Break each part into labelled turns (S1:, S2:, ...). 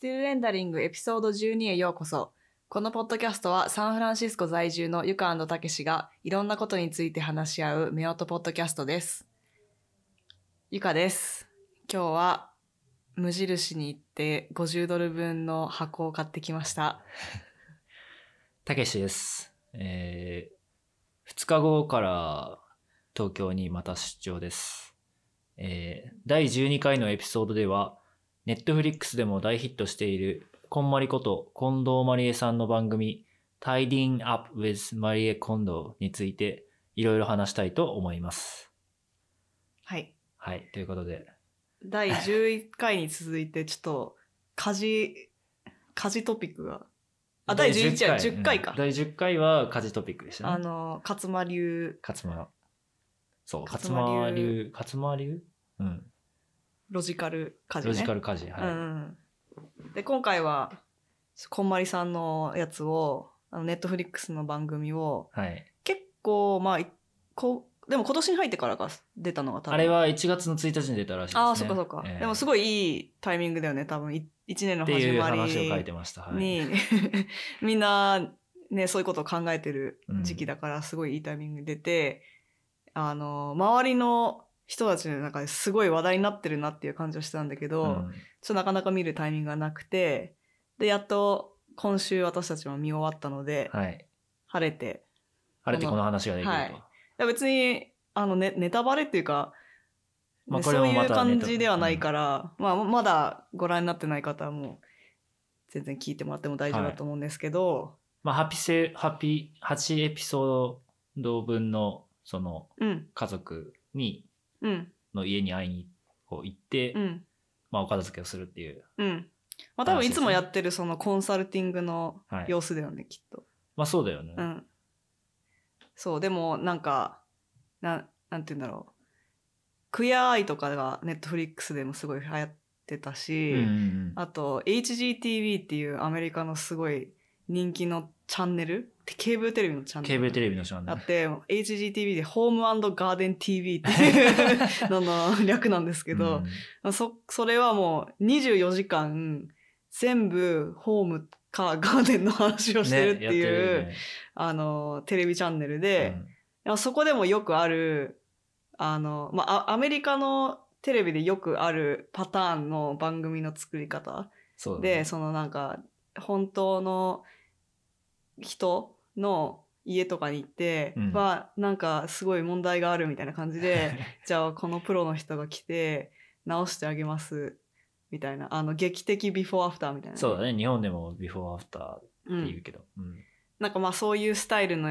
S1: ティルレンダリングエピソード12へようこそ。このポッドキャストはサンフランシスコ在住のゆかたけしがいろんなことについて話し合う目音ポッドキャストです。ゆかです。今日は無印に行って50ドル分の箱を買ってきました。
S2: たけしです。えー、2日後から東京にまた出張です。えー、第12回のエピソードでは、ネットフリックスでも大ヒットしている、こんまりこと近藤まりえさんの番組、Tidying Up with まりえ近藤について、いろいろ話したいと思います。
S1: はい。
S2: はい、ということで、
S1: 第11回に続いてちょっと家事、家事トピックが。あ、第11回、10回か
S2: うん。第10回は家事トピックでした
S1: あ
S2: ね。
S1: の、勝間流
S2: 勝間。そう、
S1: 勝
S2: 勝
S1: 間
S2: 間
S1: 流
S2: 流、勝間流うん。
S1: ロジカル家事ね。
S2: ロジカル家事。
S1: う
S2: はい。
S1: んうん。で、今回は、こんまりさんのやつを、あの、ネットフリックスの番組を、
S2: はい。
S1: 結構、まあ、いこう、でも今年に入ってからが出たのが多分。
S2: あれは1月の1日に出たらしいです、ね。
S1: ああ、そっかそっか、でもす
S2: い
S1: ごいいいタイミングだよね、多分。い一年の
S2: っ
S1: 始
S2: ていう
S1: まり
S2: 話を書いてました。はい。
S1: に、 みんな、ね、そういうことを考えてる時期だから、すごいいいタイミングで出て、あの、周りの人たちの中ですごい話題になってるなっていう感じはしてたんだけど、
S2: うん
S1: ちょっとなかなか見るタイミングがなくて、で、やっと今週私たちも見終わったので、
S2: はい。
S1: 晴れて。
S2: 晴れてこの話ができると。
S1: はいいや別に、あの、ね、ネタバレっていうか、
S2: まあ
S1: ね
S2: これ
S1: そう
S2: も
S1: い
S2: ま
S1: う
S2: た
S1: 感
S2: ネタ
S1: じではないから、まあ、まだご覧になってない方はもう、全然聞いてもらっても大丈夫だと思うんですけど、
S2: まあ、ハピセ、ハピ、8エピソード分の、その、
S1: うん、
S2: 家族に、
S1: うん、
S2: の家に会いにこう行って、
S1: うん、
S2: まあ、お片付けをするっていう。
S1: うん。まあ多分いつもやってるそのコンサルティングの
S2: はい。
S1: 様子だよね、きっと。
S2: まあ、そうだよね。
S1: うん。そう、でもなんか、なん、なんて言うんだろう。クイアアイとかがネットフリックスでもすごい流行ってた
S2: う
S1: し、
S2: んうん
S1: あと HGTV っていうアメリカのすごい人気のチャンネル、ケーブルテレビのチャ
S2: う
S1: ン
S2: ん。
S1: ネル。
S2: ケーブルテレビの人なん
S1: あ
S2: だ
S1: っ。て、HGTV でホームガーデン TV って いうのの略なんですけど、まあそ、それはもう24時間全部ホームかガーデンの話を
S2: うん
S1: してるって
S2: ね
S1: いう、
S2: やってるよね
S1: あの、テレビチャンネルで、まあそこでもよくある、あの、まあ、あアメリカのテレビでよくあるパターンの番組の作り方
S2: そうだね
S1: で、そのなんか、本当の人の家とかに行って、
S2: うん
S1: は、なんかすごい問題があるみたいな感じで、じゃあこのプロの人が来て直してあげます、みたいな、あの、劇的ビフォーアフターみたいな。
S2: そうだね。日本でもビフォーアフターって
S1: うん
S2: 言うけど。うん
S1: なんかまあそういうスタイルの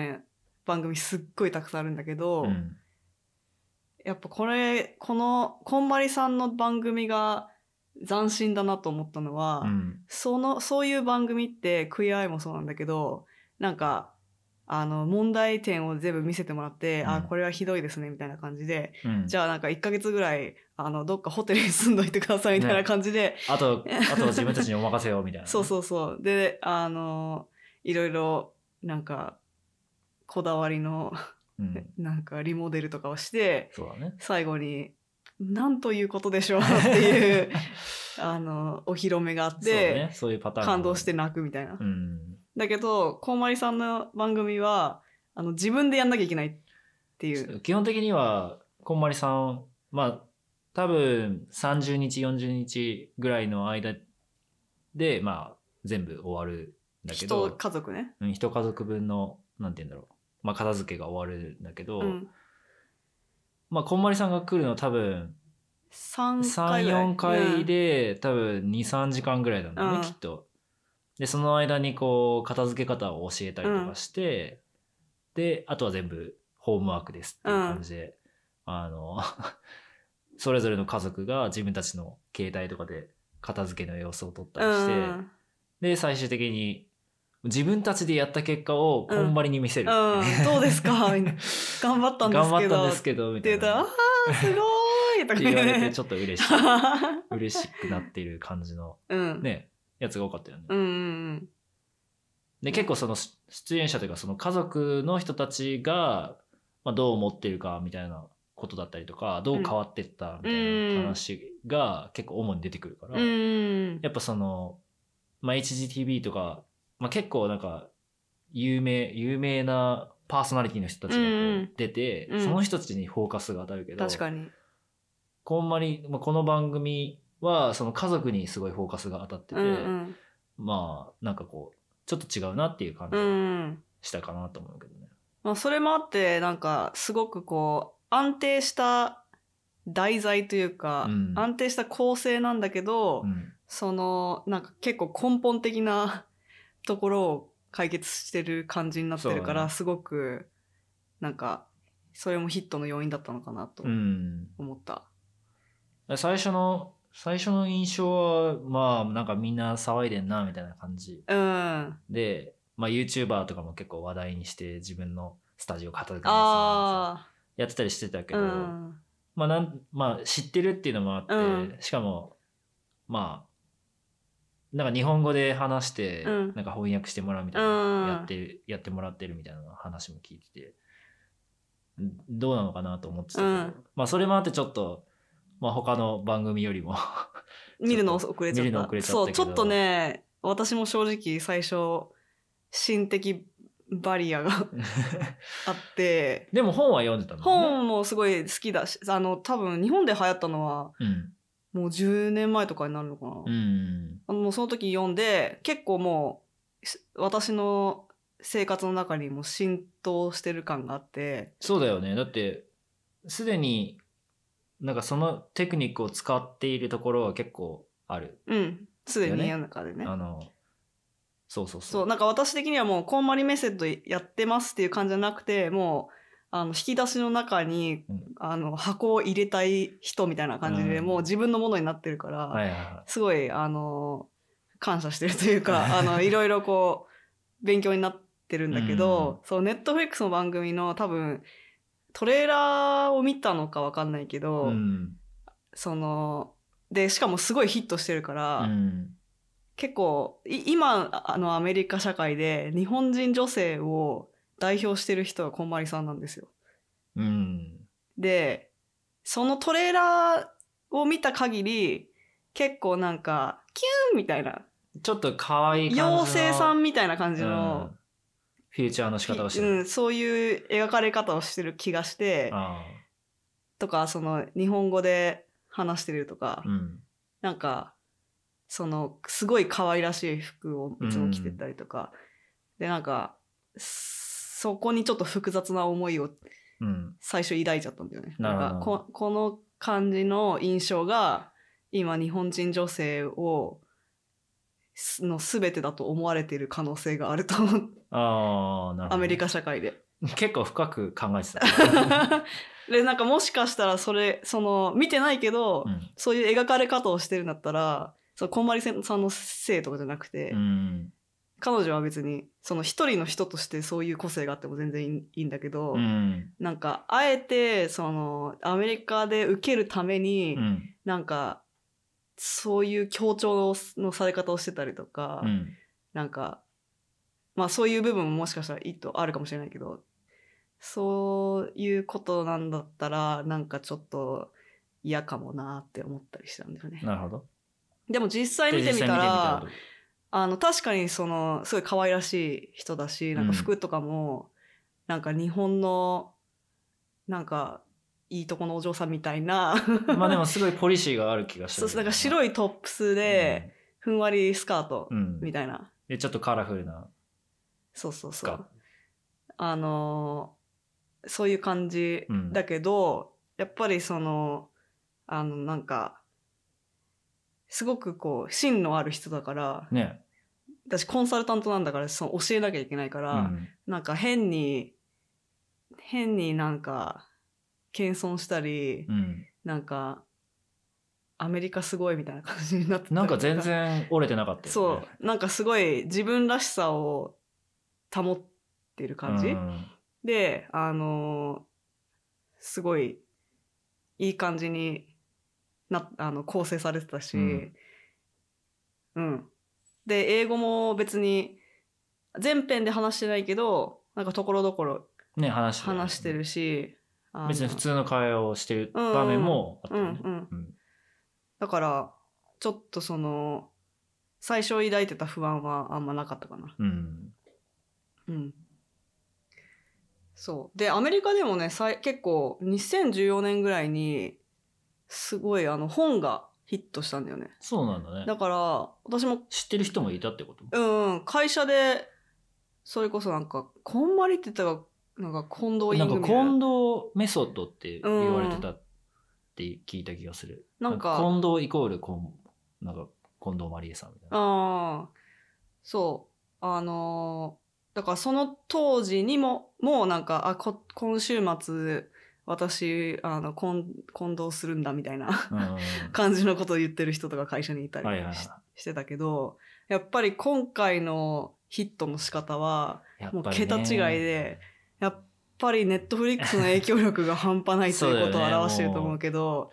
S1: 番組すっごいたくさんあるんだけど、
S2: うん
S1: やっぱこれこのこんまりさんの番組が斬新だなと思ったのは、
S2: うん。
S1: そのそういう番組ってクイアアイもそうなんだけどなんかあの問題点を全部見せてもらって、
S2: うん
S1: あこれはひどいですねみたいな感じで、
S2: うん
S1: じゃあなんか1ヶ月ぐらいあのどっかホテルに住んどいてくださいみたいな感じで、
S2: あ と、あとは自分たちにお任せよ、みたいな。
S1: そうそうそう。で、あの、いろいろ、なんか、こだわりの、
S2: う。ん。
S1: なんか、リモデルとかをして、
S2: そうだね。
S1: 最後に、なんということでしょうって いう、あの、お披露目があっ
S2: そうだ
S1: て、
S2: ね、そういうパターン。
S1: 感動して。泣くみたいな。
S2: うん。
S1: だけど、こんまりさんの番組は、あの、自分でやんなきゃいけないっていう。
S2: 基本的には、こんまりさん、まあ、多分30日、40日ぐらいの間で、まあ、全部終わるんだけど、
S1: 人、家族ね。
S2: うん一家族分の、なんて言うんだろう。まあ、片付けが終わるんだけど、
S1: うん。
S2: まあ、こんまりさんが来るの多分、
S1: 3回
S2: 3、
S1: ぐらい。
S2: 4回で、多分2、3時間ぐらいなんだよね、
S1: うん
S2: きっと。で、その間にこう、片付け方を教えたりとかして、で、あとは全部ホームワークですっていう感じで、あの、 それぞれの家族が自分たちの携帯とかで片付けの様子を撮った
S1: う
S2: り
S1: ん。
S2: して、
S1: うん
S2: で、最終的に自分たちでやった結果をこんまりに見せるっていうね、
S1: うんどうです か頑張ったんですけど
S2: 頑張ったんですけど、みた
S1: って言
S2: い
S1: ったら、
S2: な
S1: あ。ーすごーいと
S2: っ
S1: か
S2: て言われてちょっと 嬉しい。
S1: ょ
S2: 嬉しくなっている感じの
S1: うん。
S2: ね、やつが多かったよね。
S1: うんうん
S2: で、結構そのし出演者というか、その家族の人たちが、まあ、どう思ってるかみたいなことだったりとか、どう変わってったみたいな話が結構主に出てくるから、
S1: うん。うん。
S2: やっぱその、まあ、HGTV とか、まあ、結構なんか有名有名なパーソナリティの人たちがこ
S1: うんう
S2: うん出て、
S1: うん
S2: その人たちにフォーカスが当たるけど
S1: 確かに。
S2: こうあんまり、まあ、この番組はその家族にすごいフォーカスが当たってて、
S1: うんうん
S2: まあなんかこうちょっと違うなっていう感じ
S1: うん
S2: が
S1: うん。
S2: したかなと思うけどね。
S1: まあそれもあってなんかすごくこう安定した題材というか、
S2: うん
S1: 安定した構成なんだけど、
S2: うん
S1: そのなんか結構根本的な ところを解決してる感じになってるか
S2: そうだ
S1: ら、
S2: ね
S1: すごくなんかそれもヒットの要因だったのかなと
S2: うん
S1: 思った。
S2: 最初の最初の印象はまあなんかみんな騒いでんなみたいな感じ
S1: うん。
S2: で、まあ、YouTuber とかも結構話題にして自分のスタジオ片付けたりさ
S1: あ
S2: やってたりしてたけ
S1: あ。う
S2: ど、
S1: ん。
S2: まあなんまあ、知ってるっていうのもあって、
S1: うん
S2: しかもまあなんか日本語で話して、
S1: うん
S2: なんか翻訳してもらうみたいな、
S1: うん
S2: やってやってもらってるみたいな話も聞いててんどうなのかなと思ってたけど、
S1: うん
S2: まあ、それもあってちょっと、まあ、他の番組よりも
S1: 見るの遅れちゃった
S2: 見るの遅れちゃった
S1: そう
S2: け
S1: ち
S2: ど
S1: ょっとね私も正直最初心的バリ アがあって
S2: でも本は読んでたの
S1: 本もすごい好きだしあの多分日本で流行ったのは
S2: うん
S1: もう10年前とかになるのかな、
S2: うん
S1: あのもうその時読んで結構もうし私の生活の中にも浸透してる感があって
S2: そうだよね。だって、すでに、なんかそのテクニックを使っているところは結構ある。
S1: うんすでに
S2: よね
S1: 家の中でね
S2: あの、そうそうそう。
S1: そうなんか私的にはもうこんまりメソッドやってますっていう感じじゃなくてもうあの引き出しの中に、
S2: うん
S1: あの箱を入れたい人みたいな感じで、
S2: うん
S1: もう自分のものになってるから、
S2: はいはいは
S1: すごいあの感謝してるという かあのいろいろこう勉強になってるんだけど、そうネットフリックスの番組の多分トレーラーを見たのかわかんないけど、
S2: い。うん。
S1: そのでしかもすごいヒットしてるから。
S2: うん
S1: 結構い今あのアメリカ社会で日本人女性を代表してる人はこんまりさんなんですよ。
S2: うん。
S1: でそのトレーラーを見た限り結構なんかキューンみたいな
S2: ちょっと可愛い感じの。
S1: 妖精さんみたいな感じ
S2: うん
S1: の、
S2: フィーチャーの仕方をして
S1: う
S2: る。
S1: ん、そういう描かれ方をしてる気がして
S2: あ
S1: とかその日本語で話してるとか、
S2: あうん。
S1: なんかそのすごい可愛らしい服をいつも着てたりとか、でなんかそこにちょっと複雑な思いを
S2: うん。
S1: 最初抱いちゃったんだよね。
S2: なるほど
S1: んかここの感じの印象が今日本人女性をすの全てだと思われている可能性があると思う
S2: ああ、なるほど。
S1: アメリカ社会で。
S2: 結構深く考えてた。
S1: でなんかもしかしたらそれその見てないけど、
S2: うん
S1: そういう描かれ方をしてるんだったらそうこんまりさんのせいとかじゃなくて、
S2: うん。
S1: 彼女は別にその一人の人としてそういう個性があっても全然いいいいんだけど、
S2: うん。
S1: なんかあえてそのアメリカで受けるために、
S2: うん。
S1: なんかそういう強調のされ方をしてたりとか、
S2: うん。
S1: なんかまあそういう部分ももしかしたらいいとあるかもしれないけどそういうことなんだったらなんかちょっと嫌かもなって思ったりしたんだよね。
S2: なるほど。
S1: でも実際見てみたらあの確かにそのすごい可愛らしい人だしなん
S2: うん
S1: か服とかも、なんか日本のなんかいいとこのお嬢さんみたいな
S2: まあでもすごいポリシーがある気がす
S1: そ
S2: る。
S1: うなんか白いトップスで、ふんわりスカート
S2: うん、うん
S1: みたいな、
S2: でちょっとカラフルな
S1: そうそう
S2: ス
S1: そ
S2: カ
S1: うあのーそういう感じだけど、やっぱりそのあのなんかすごくこう芯のある人だから
S2: ね、
S1: 私コンサルタントなんだからその教えなきゃいけないか
S2: う
S1: ら、
S2: ん、
S1: なんか変に変になんか謙遜したり、
S2: うん、
S1: なんかアメリカすごいみたいな感じになってた
S2: なんか
S1: りと
S2: 全然折れてなかったよね
S1: そうなんかすごい自分らしさを保ってる感じ、
S2: うん
S1: であのーすごいいい感じになあの構成されてたし、
S2: う
S1: うんんで英語も別に全編で話してないけどなんかところどころ
S2: ね話してたよね
S1: 話してるし、あの
S2: 別に普通の会話をしてる場面もあった
S1: うん
S2: よ
S1: う
S2: ね
S1: んだからちょっとその最初抱いてた不安はあんまなかったかな。
S2: うん。
S1: うん。そう。で、アメリカでもね、さい結構2014年ぐらいに、すごいあの本がヒットしたんだよね。
S2: そうなんだね。
S1: だから、私も、
S2: 知ってる人もいたってこと
S1: うんうん、会社で、それこそなんか、こんまりって言ったら、なんか近藤イ
S2: な
S1: ン
S2: ん
S1: グ
S2: か
S1: みたいな。
S2: 近藤メソッドって言われてたって聞いた気がする。
S1: なんか
S2: 近藤イコール近なんか近藤マリエさんみたいな。
S1: ああ、そう。あのーだからその当時にも、もうなんか、あ、こ今週末、私、あの、混混同するんだみたいな
S2: うんうんうん
S1: 感じのことを言ってる人とか会社にいたりし,、
S2: はいはいはい
S1: してたけど、やっぱり今回のヒットの仕方は、
S2: やっぱりね
S1: もう桁違いで、やっぱりネットフリックスの影響力が半端ないということを表してると思うけど、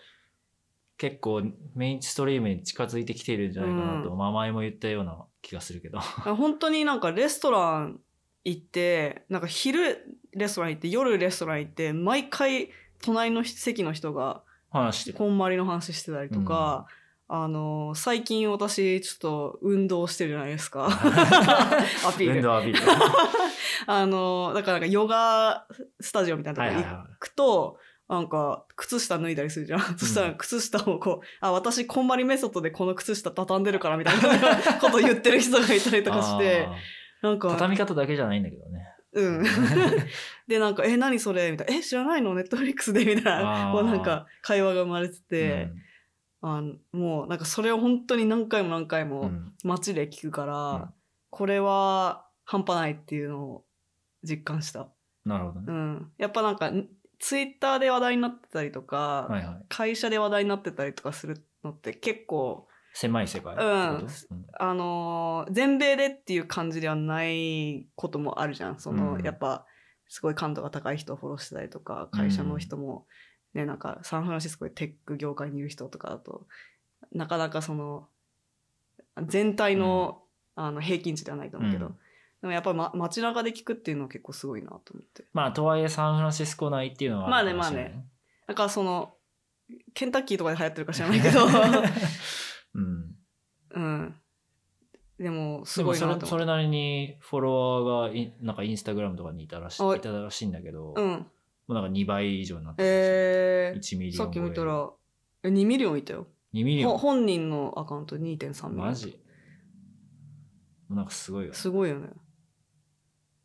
S2: 結構メインストリームに近づいてきてるんじゃないかなと、
S1: う
S2: まあ前も言ったような気がするけど。
S1: 本当になんかレストラン行ってなんか昼レストラン行って夜レストラン行って毎回隣の席の人が
S2: 話してた。
S1: こんまりの話してたりとか、あの最近私ちょっと運動してるじゃないです かアピー
S2: 運
S1: ル
S2: 動アピール。
S1: あのだからなんかヨガスタジオみたいな
S2: は
S1: と
S2: い
S1: こ
S2: はい
S1: に
S2: は
S1: 行くと、なんか靴下脱いだりするじゃん、そしたら靴下をこうあ私こんまりメソッドでこの靴下畳んでるからみたいなことを言ってる人がいたり
S2: い。
S1: とかして
S2: あー
S1: なんか
S2: 畳み方だけじゃないんだけどね。
S1: うん。 で、なんか、え、何それみたいな。え、知らないのネットフリックスで みたいな
S2: あ。ー
S1: こうなんか、会話が生まれてて、あのもう、なんか、それを本当に何回も何回
S2: うんう
S1: も
S2: ん
S1: 街で聞くから、
S2: うん
S1: これは半端ないっていうのを実感した。
S2: なるほど
S1: う
S2: ね。
S1: ん。やっぱなんか、ツイッターで話題になってたりとか、
S2: はいはい。
S1: 会社で話題になってたりとかするのって結構、
S2: 狭い世界ってこと。うん
S1: あのー全米でっていう感じではないこともあるじゃんその、
S2: うん
S1: やっぱすごい感度が高い人をフォローしてたりとか会社の人も、ねなんかサンフランシスコでテック業界にいる人とかだとなかなかその全体の,、あの平均値ではないと思うけど、
S2: うん
S1: でもやっぱ、ま、街中で聞くっていうのは結構すごいなと思って
S2: まあとはいえサンフランシスコ内っていうのはるかもしれない。
S1: まだからそのケンタッキーとかで流行ってるか知らないけど、
S2: うん。
S1: うん、でもす
S2: で
S1: ご
S2: も
S1: いなと
S2: そ
S1: 思っ
S2: れ
S1: て
S2: それなりにフォロワーがインなんかインスタグラムとかにいたらし
S1: あ
S2: いたらしいんだけど、
S1: う
S2: も
S1: ん
S2: うなんか2倍以上になってる
S1: えー、
S2: し、1ミリ
S1: さっき見たら、え2ミリオンいたよ。
S2: 2ミリ
S1: ほ
S2: オン
S1: 本人のアカウント2.3ミリオン。
S2: マジもうなんかすごいよね
S1: すごいよね。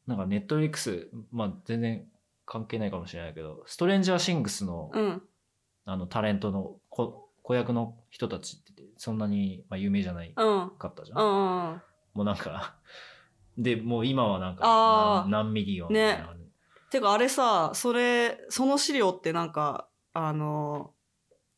S2: なんかネットフリックスまあ全然関係ないかもしれないけどストレンジャーシングスの,、
S1: うん。
S2: あのタレントの子子役の人たちってそんなに、まあ、有名じゃない
S1: うん。
S2: かったじゃん、
S1: うんうん。
S2: もうなんか でもう今はなんか
S1: あー
S2: 何何ミリオンみたいな、
S1: てかあれさ、それ、その資料ってなんか、あの、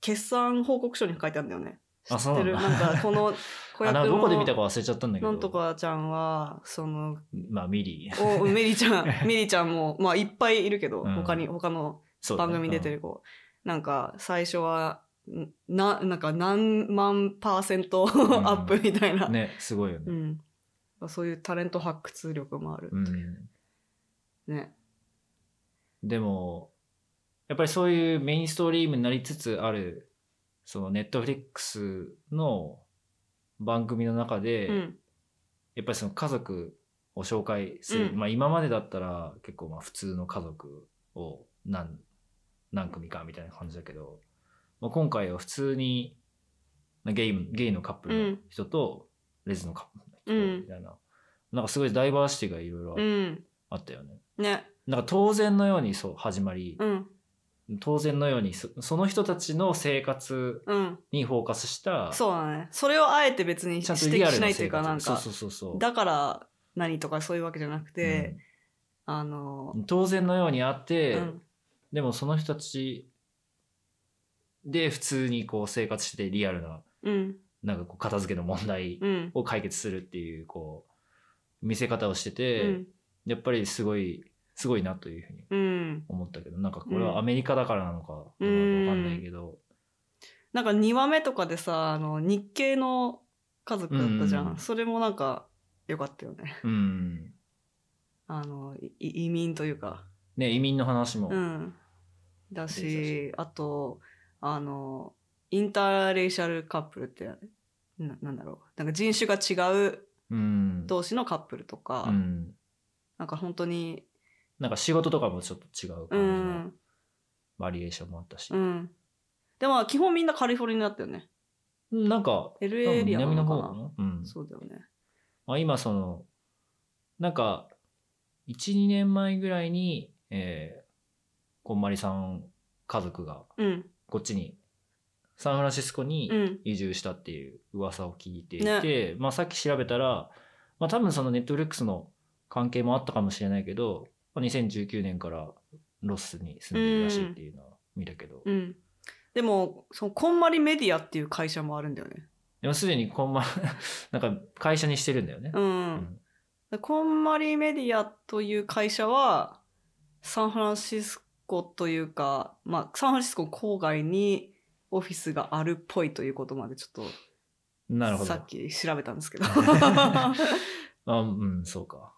S1: 決算報告書に書いてあるんだよね。
S2: あそうなんだ
S1: なんかこ の子
S2: あ
S1: 役
S2: なんかどこで見た
S1: の
S2: か忘れちゃったんだけど
S1: なんとかちゃんは、その、
S2: まあミリ
S1: おメリちゃ ん、メリちゃんも、まあいっぱいいるけど、
S2: うん
S1: 他に、他の
S2: そうだね
S1: 番組出てる子、なんか最初はんななんか何万パーセント ア
S2: ん
S1: ップみたいな、
S2: うんねすごいよ
S1: う
S2: ね
S1: んそういうタレント発掘力もある
S2: うん、
S1: っていうね、
S2: でもやっぱりそういうメインストリームになりつつあるそのネットフリックスの番組の中で、
S1: うん
S2: やっぱりその家族を紹介する、
S1: うん
S2: まあ今までだったら結構まあ普通の家族を何何組かみたいな感じだけど、まあ、今回は普通にまあゲイムゲイのカップルの人とレズのカップルの人みたいな、なんかすごいダイバーシティがいろいろ
S1: うん
S2: あったよね。
S1: ね
S2: なんか当然のようにそう始まり、
S1: うん
S2: 当然のようにそその人たちの生活
S1: うん
S2: にフォーカスした
S1: そうだねそれをあえて別に指
S2: ちゃんとリ
S1: 摘
S2: アル
S1: しな
S2: ない
S1: とい
S2: 生
S1: うかなん
S2: 活そう
S1: か
S2: そうそうそう
S1: だから何とかそういうわけじゃなくて、あの
S2: うん当然のようにあって、
S1: うん
S2: でもその人たちで普通にこう生活してリアルな
S1: うん
S2: なんかこう片付けの問題
S1: うん
S2: を解決するっていうこう見せ方をして
S1: う
S2: て、
S1: ん
S2: やっぱりすごいすごいなというふうに
S1: うん
S2: 思ったけどなんかこれはアメリカだからなのかどうなのか分かんないけど、
S1: なんか2話目とかでさあの日系の家族だったじゃん、
S2: うん
S1: それもなんか良かったよね
S2: うん
S1: あのい移民というか、
S2: ね移民の話も、
S1: うん、だ
S2: いい写
S1: しあとあのインターレイシャルカップルってななんだろうなんか人種が違う
S2: うん
S1: 同士のカップルとか、
S2: うん、
S1: なんか本当に
S2: なんか仕事とかもちょっと違う
S1: う
S2: 感じの
S1: ん
S2: バリエーションもあったし
S1: う、んでも基本みんなカリフォルニアだったよね
S2: うんなんか
S1: LA エリアな
S2: 南
S1: の
S2: の
S1: か
S2: 方
S1: な
S2: かな、うん
S1: そうだよね
S2: まあ、今そのなんか12年前ぐらいに、えー、こんまりさん家族が
S1: うん
S2: こっちにサンフランシスコに
S1: うん
S2: 移住したっていう噂を聞いてい
S1: ね
S2: て、まあ、さっき調べたら、まあ、多分そのネットフリックスの関係もあったかもしれないけどまあ2019年からロスに住んでるらしいっていうのは見たけど、
S1: うんでもそのこんまりメディアっていう会社もあるんだよね
S2: でもすでにこんま なんか会社にしてるんだよね。
S1: うん、でこんまりメディアという会社はサンフランシスコというか、まあ、サンフランシスコ郊外にオフィスがあるっぽいということまでちょっ
S2: なるほ
S1: と
S2: ど
S1: さっき調べたんですけど
S2: あ、うん、そうか。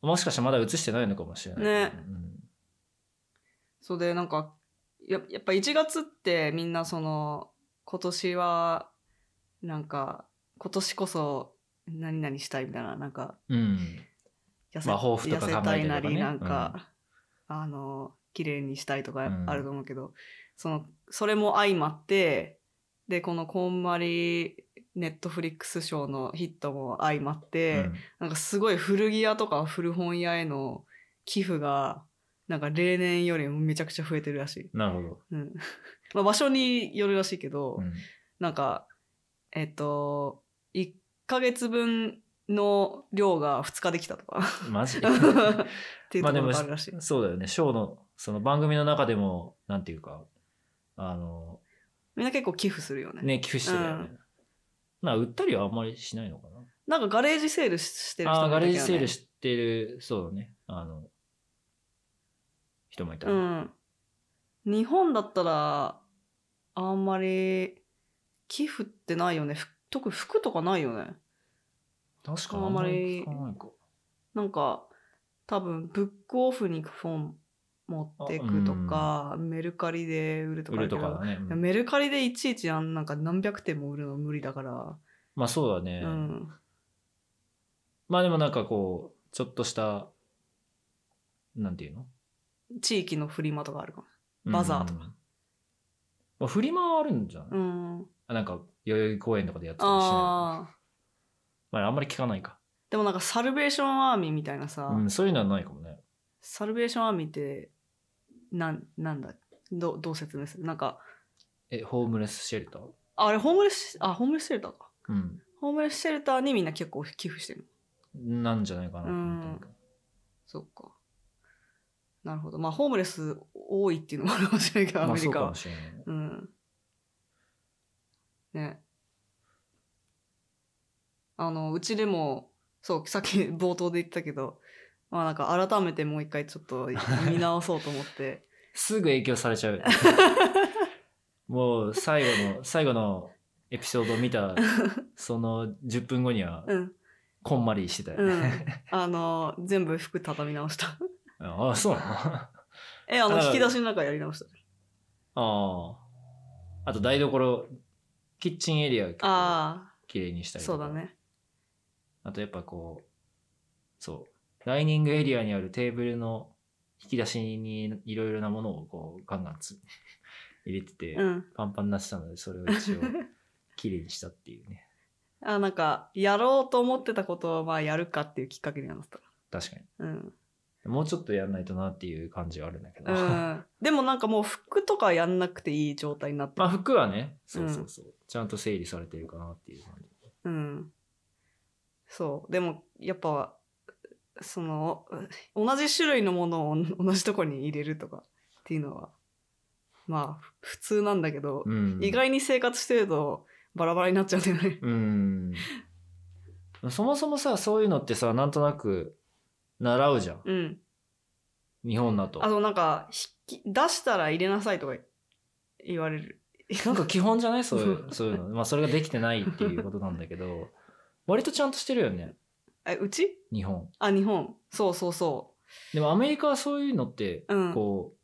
S2: もしかしたらまだ映してないのかもしれない。
S1: ねそうでなんかややっぱ1月ってみんなその今年はなんか今年こそ何々したいみたいななんか
S2: うん。うん。
S1: 痩
S2: まあ抱負と
S1: 痩
S2: か考え
S1: せ
S2: た
S1: た
S2: り
S1: い
S2: とか
S1: な
S2: ね
S1: りなんか、あの綺麗にしたいとか
S2: うん
S1: あると思うけど、そのそれも相まってでこのこんまりネットフリックスショーのヒットも相まって、
S2: うん
S1: なんかすごい古着屋とか古本屋への寄付がなんか例年よりもめちゃくちゃ増えてるらしい。
S2: なるほど。
S1: うん、 まあ場所によるらしいけど、
S2: うん
S1: なんかえっと1ヶ月分の量が2日できたとか。
S2: マジ
S1: っていうところがあるら しい。
S2: そうだよね。ショーの、その番組の中でも、なんていうか、あの、
S1: みんな結構寄付するよね。
S2: ね、寄付してたよね
S1: う。
S2: まあ、売ったりはあんまりしないのかな。
S1: なんかガレージセールしてる人
S2: ああ、
S1: も
S2: ガ
S1: いた
S2: レ
S1: けどね
S2: ージセールしてる、そうだね。あの、人もいたね。
S1: うん。日本だったら、あんまり寄付ってないよね。ふ特に服とかないよね。
S2: 確か
S1: あんまり
S2: あんま聞かないか
S1: なんか、多分、ブックオフにフォン持ってくとか、メルカリで売ると
S2: 売
S1: かだ
S2: る
S1: け
S2: と
S1: ど
S2: かだね。うん
S1: メルカリでいちいちあんなんか何百点も売るの無理だから。
S2: まあ、そうだね。
S1: うん。
S2: まあでもなんかこう、ちょっとした、なんていうの
S1: 地域のフリマとかあるかも。バザーと
S2: か。うんまあ、フリマはあるんじゃない、
S1: うん。
S2: あなんか、代々木公園とかでやってたりしない
S1: ああ。
S2: まあ、あんまり聞かないか、
S1: でもなんかサルベーションアーミーみたいなさ、
S2: うん。そういうのはないかもね。
S1: サルベーションアーミーってなんなんだどどう説明するなんか
S2: え、ホームレスシェルター
S1: ああれホームレスあホームレスシェルターか
S2: うん。
S1: ホームレスシェルターにみんな結構寄付してる
S2: なんじゃないかなと思ったけど
S1: そっかなるほどまあホームレス多いっていうのもあるかもしれないけどア
S2: まあ、
S1: メ
S2: そ
S1: リ
S2: う
S1: カ
S2: か
S1: は、
S2: もしれない。
S1: うんねあのうちでもそうさっき 冒頭で言ったけどまあなんか改めてもう一回ちょっと見直そうと思って
S2: すぐ影響さ れちゃう。もう、最後の、最後のエピソードを見た、その10分後には、
S1: うん
S2: こんまりしてたよ
S1: う
S2: ね。
S1: ん、あの全部服畳み直した
S2: ああ、そうなのあ
S1: えあの
S2: あ
S1: 引き出しの中やり直した
S2: あ。あと、台所、キッチンエリア結構
S1: あ
S2: 綺麗にした
S1: あ
S2: りと
S1: そ
S2: か
S1: うだね
S2: あとやっぱこうそうダイニングエリアにあるテーブルの引き出しにいろいろなものをこうガンガンつ 入れてて、
S1: うん
S2: パンパンになってたのでそれを一 応綺麗にしたっていうね
S1: あなんかやろうと思ってたことをまあやるかっていうきっかけにはなった
S2: 確かに
S1: うん、
S2: もうちょっとやんないとなっていう感じ はあるんだけど、
S1: う
S2: ま
S1: ん、でもなんかもう服とかやんなくていい状態になって
S2: あ服はねそうそううそう、ちゃんと整理されてるかなっていう感じ
S1: うんそうでもやっぱその同じ種類のものを 同じとこに入れるとかっていうのはまあ普通なんだけど、
S2: うん
S1: 意外に生活してるとバラバラになっちゃうんだよね
S2: うんそもそもさそういうのってさなんとなく習うじゃん
S1: うん
S2: 日本だと
S1: あとなんか引き出したら入れなさいとか言われる。
S2: なんか基本じゃないそ ういうそういうの。まあそれができてないっていうことなんだけど、割とちゃんとしてるよね、
S1: えうち
S2: 日本。
S1: あ日本そうそうそ
S2: でもアメリカはそういうのって、
S1: う。うん。
S2: こ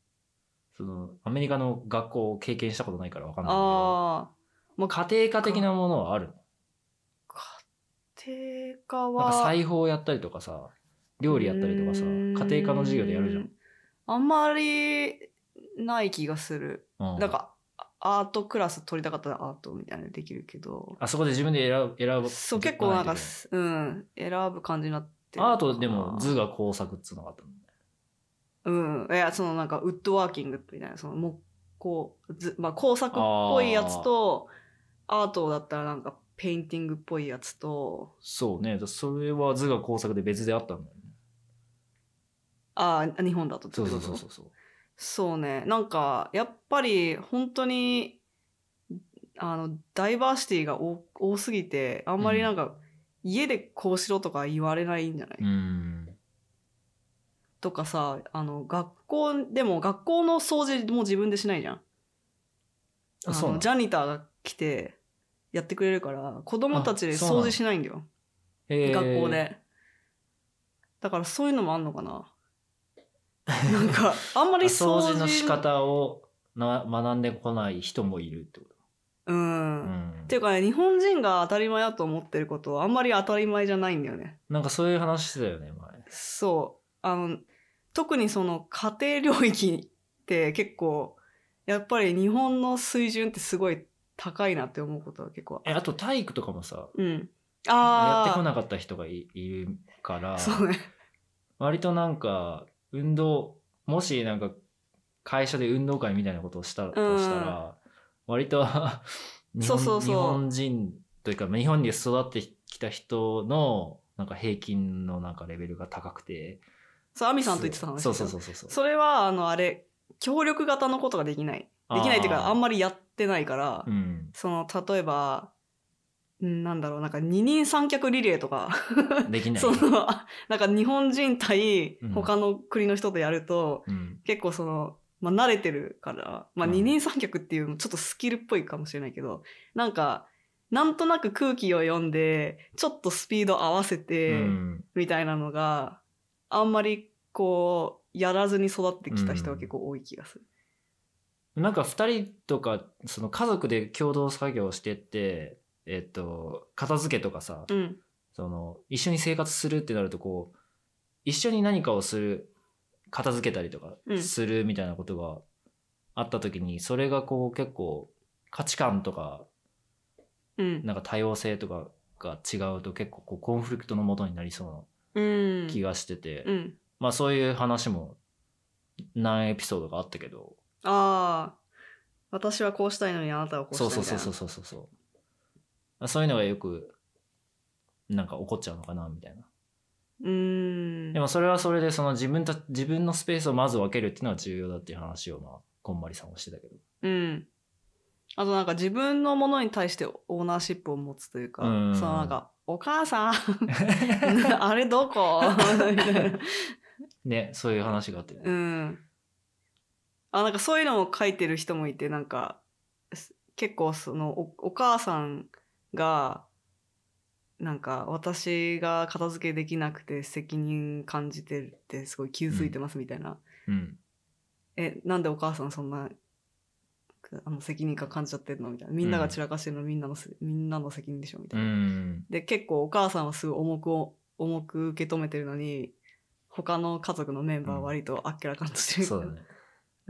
S2: う、そのアメリカの学校を経験したことないからわかんないけど、
S1: ああ
S2: もう家庭科的なものはあるの
S1: 家庭科
S2: なん
S1: は
S2: か裁縫やったりとかさ料理やったりとかさ
S1: う
S2: 家
S1: ーん
S2: 庭科の授業でやるじ
S1: あんまりない気がする、
S2: ゃん、う
S1: なんかアートクラス取りたかったらアートみたいなのできるけど
S2: あそこで自分で選ぶ選ぶ
S1: そう結構なんか
S2: いとい
S1: すうん選ぶ感じになって
S2: け
S1: る
S2: ない
S1: かな
S2: アートでも図が工作っつうのがあったの
S1: うんいやそのなんかウッドワーキングみたいなその木工図、まあ、工作っぽいやつとアートだったらなんかペインティングっぽいやつと
S2: そうねだそれは図が工作で別であったんだよね
S1: ああ日本だとって
S2: そ
S1: こ
S2: う
S1: と
S2: そうそうそうそう
S1: そうねなんかやっぱり本当にあのダイバーシティが多多すぎてあんまりなんか、家でこうしろとか言われないんじゃない、
S2: うーん
S1: とかさあの学校でも学校の掃除も自分でしないじゃん
S2: あ
S1: あ
S2: そうな
S1: の
S2: ん
S1: ジャニターが来てやってくれるから子供たちで
S2: あそうな
S1: 掃
S2: の
S1: 除しないんだよ学校でだからそういうのもあんのかななん かあんまり掃
S2: 掃
S1: 除
S2: 除の仕方をな学んでこない人もいるってこ
S1: う
S2: と、
S1: ん
S2: うん
S1: っていうかね日本人が当たり前だと思ってることはあんまり当たり前じゃないんだよね
S2: なんかそういう話してたよね
S1: そうあの特にその家庭領域って結構やっぱり日本の水準ってすごい高いなって思うことは結構
S2: 前えあと体育とかもさ
S1: うん
S2: や
S1: ああ
S2: ってこなかった人がいいるから
S1: そうね
S2: 割となんか運動もしなんか会社で運動会みたいなことをしたとしたら、割 と日
S1: そう
S2: 本
S1: そうそう
S2: 日本人というかまあ日本に育ってきた人のなんか平均のなんかレベルが高くて
S1: そう亜美さんと言ってた話
S2: そうそう
S1: う
S2: そうそうそう
S1: それはあのあれ協力型のことができないできないっていうかあん
S2: ま
S1: まりやってないから、
S2: うん、
S1: その例えばうんなんだろうなんか二人三脚リレーとか
S2: できない
S1: そのあなんか日本人対
S2: うん
S1: 他の国の人とやると、
S2: うん、
S1: 結構その、まあ、慣れてるから、まあ、
S2: うん
S1: 二人三脚っていうちょっとスキルっぽいかもしれないけどなんかなんとなく空気を読んでちょっとスピード合わせて
S2: うん
S1: みたいなのが、あんまりこうやらずに育ってきた人が結構多い気がする。
S2: なんか2人とかその家族で共同作業してって、えっと片付けとかさ、
S1: うん、
S2: その一緒に生活するってなるとこう一緒に何かをする片付けたりとか
S1: うん
S2: するみたいなことがあった時に、それがこう結構価値観とか
S1: うん
S2: なんか多様性とかが違うと結構こうコンフリクトのもとになりそうなん気がしてて、
S1: うん、
S2: まあそういう話も何エピソードかあったけど
S1: ああ私はこうしたいのにあなたはこうした
S2: そ
S1: いうみたい
S2: そう
S1: な
S2: そうそうそうそうそうそういうのがよくなんか起こっちゃうのかなみたいな。
S1: うーん
S2: でもそれはそれでその自分た自分のスペースをまず分けるっていうのは重要だっていう話をまあこんまりさんはしてたけど。
S1: うん。あとなんか自分のものに対してオーナーシップを持つというか、
S2: うん
S1: そのなんか、お母さん あれどこ みたいな。
S2: ねそういう話があって、
S1: うん。あ、なんかそういうのを書いてる人もいて、なんか、す結構そのお、お母さんが、なんか私が片付けできなくて責任感じてるってすごい傷ついてますみたいな
S2: うん
S1: えなんでお母さんそんなあの責任感感じちゃってるのみたいなみんなが散らかしてるの、みんなのせみんなの責任でしょみた
S2: う
S1: いな、
S2: ん
S1: で結構お母さんはすごい重くお重く受け止めてるのに他の家族のメンバーは割とあっけらかんとしてる、
S2: そうだね。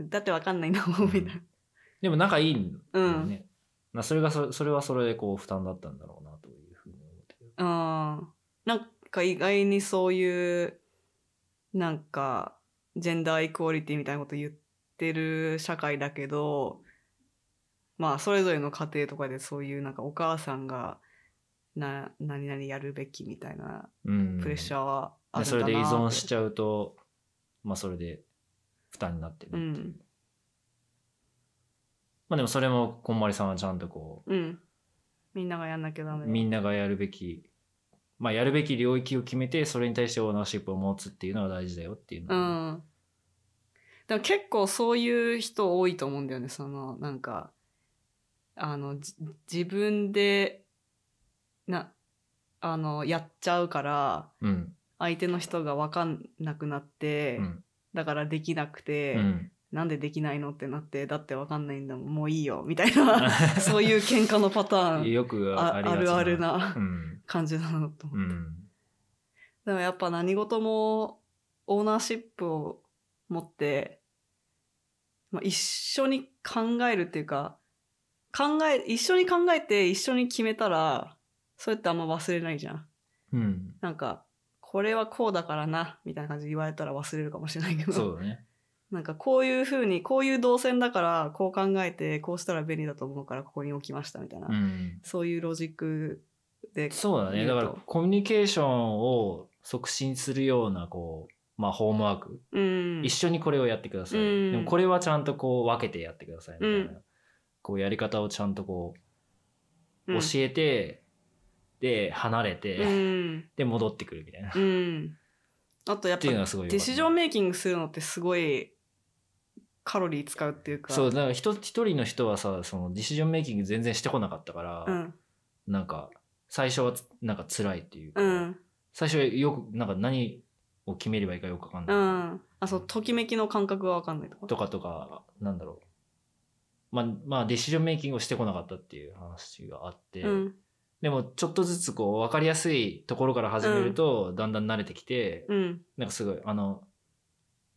S1: だってわかんないんだもんみたいな、
S2: でも仲いいんだよ
S1: うん
S2: ね。まあそれがそそれはそれでこう負担だったんだろうなというふうに思ってる。
S1: あーなんか意外にそういうなんかジェンダーイクオリティみたいなこと言ってる社会だけどまあそれぞれの家庭とかでそういうなんかお母さんがな何々やるべきみたいな
S2: うん、
S1: プレッシャ
S2: ー
S1: ーはあるんだ
S2: それ
S1: な
S2: で依存
S1: って
S2: しちゃうとまあそれで負担になってるっていう。
S1: うん
S2: まあでもそれもこんまりさんはちゃんとこう
S1: うんみんながやんなきゃダメだ
S2: みんながやるべき、まあ、やるべき領域を決めてそれに対してオーナーシップを持つっていうのは大事だよっていう
S1: う
S2: のを
S1: ん。でも結構そういう人多いと思うんだよね。その、なんか、あの、じ自分で、な、あの、やっちゃうから、
S2: うん
S1: 相手の人がわかんなくなって、
S2: うん
S1: だからできなくて、
S2: うん
S1: なんでできないのってなってだってわかんないんだもんもういいよみたいな そういう喧嘩のパターン
S2: よく
S1: あ
S2: あ
S1: あ
S2: りがち
S1: るあるな
S2: うん
S1: 感じだなと思
S2: う
S1: って、
S2: ん
S1: でもやっぱ何事もオーナーシップを持って、まあ、一緒に考えるっていうか考え一緒に考えて一緒に決めたらそれってあんま忘れないじゃん
S2: うん
S1: なんかこれはこうだからなみたいな感じで言われたら忘れるかもしれないけど
S2: そうだね
S1: なんかこういうふうにこういう動線だからこう考えてこうしたら便利だと思うからここに置きましたみたいな、
S2: うん
S1: そういうロジックで
S2: そうだね
S1: 言う
S2: だ
S1: と
S2: からコミュニケーションを促進するようなこうまあホームワーク
S1: うん
S2: 一緒にこれをやってください、
S1: うん
S2: でもこれはちゃんとこう分けてやってくださいみたいな、
S1: うん
S2: こうやり方をちゃんとこう
S1: うん
S2: 教えて、で離れて、
S1: うん
S2: で戻ってくるみたいな、っ
S1: うんあとやって
S2: いうの
S1: ぱ
S2: がすごい良か
S1: デ
S2: った
S1: シジョンメイキングするのってすごいカロリー使うっていうか
S2: そうだから一一人の人はさそのディシジョンメイキング全然してこなかったから、
S1: うん
S2: なんか最初はつなんか辛いっていうか、
S1: うん
S2: 最初はよくなんか何を決めればいいかよく分かん
S1: う
S2: ない、
S1: んあそうときめきの感覚が分かんないとか
S2: とかとかなんだろうまあまあディシジョンメイキングをしてこなかったっていう話があって、
S1: うん
S2: でもちょっとずつこう分かりやすいところから始めると、だんだん慣れてきて、
S1: うん
S2: なんかすごいあの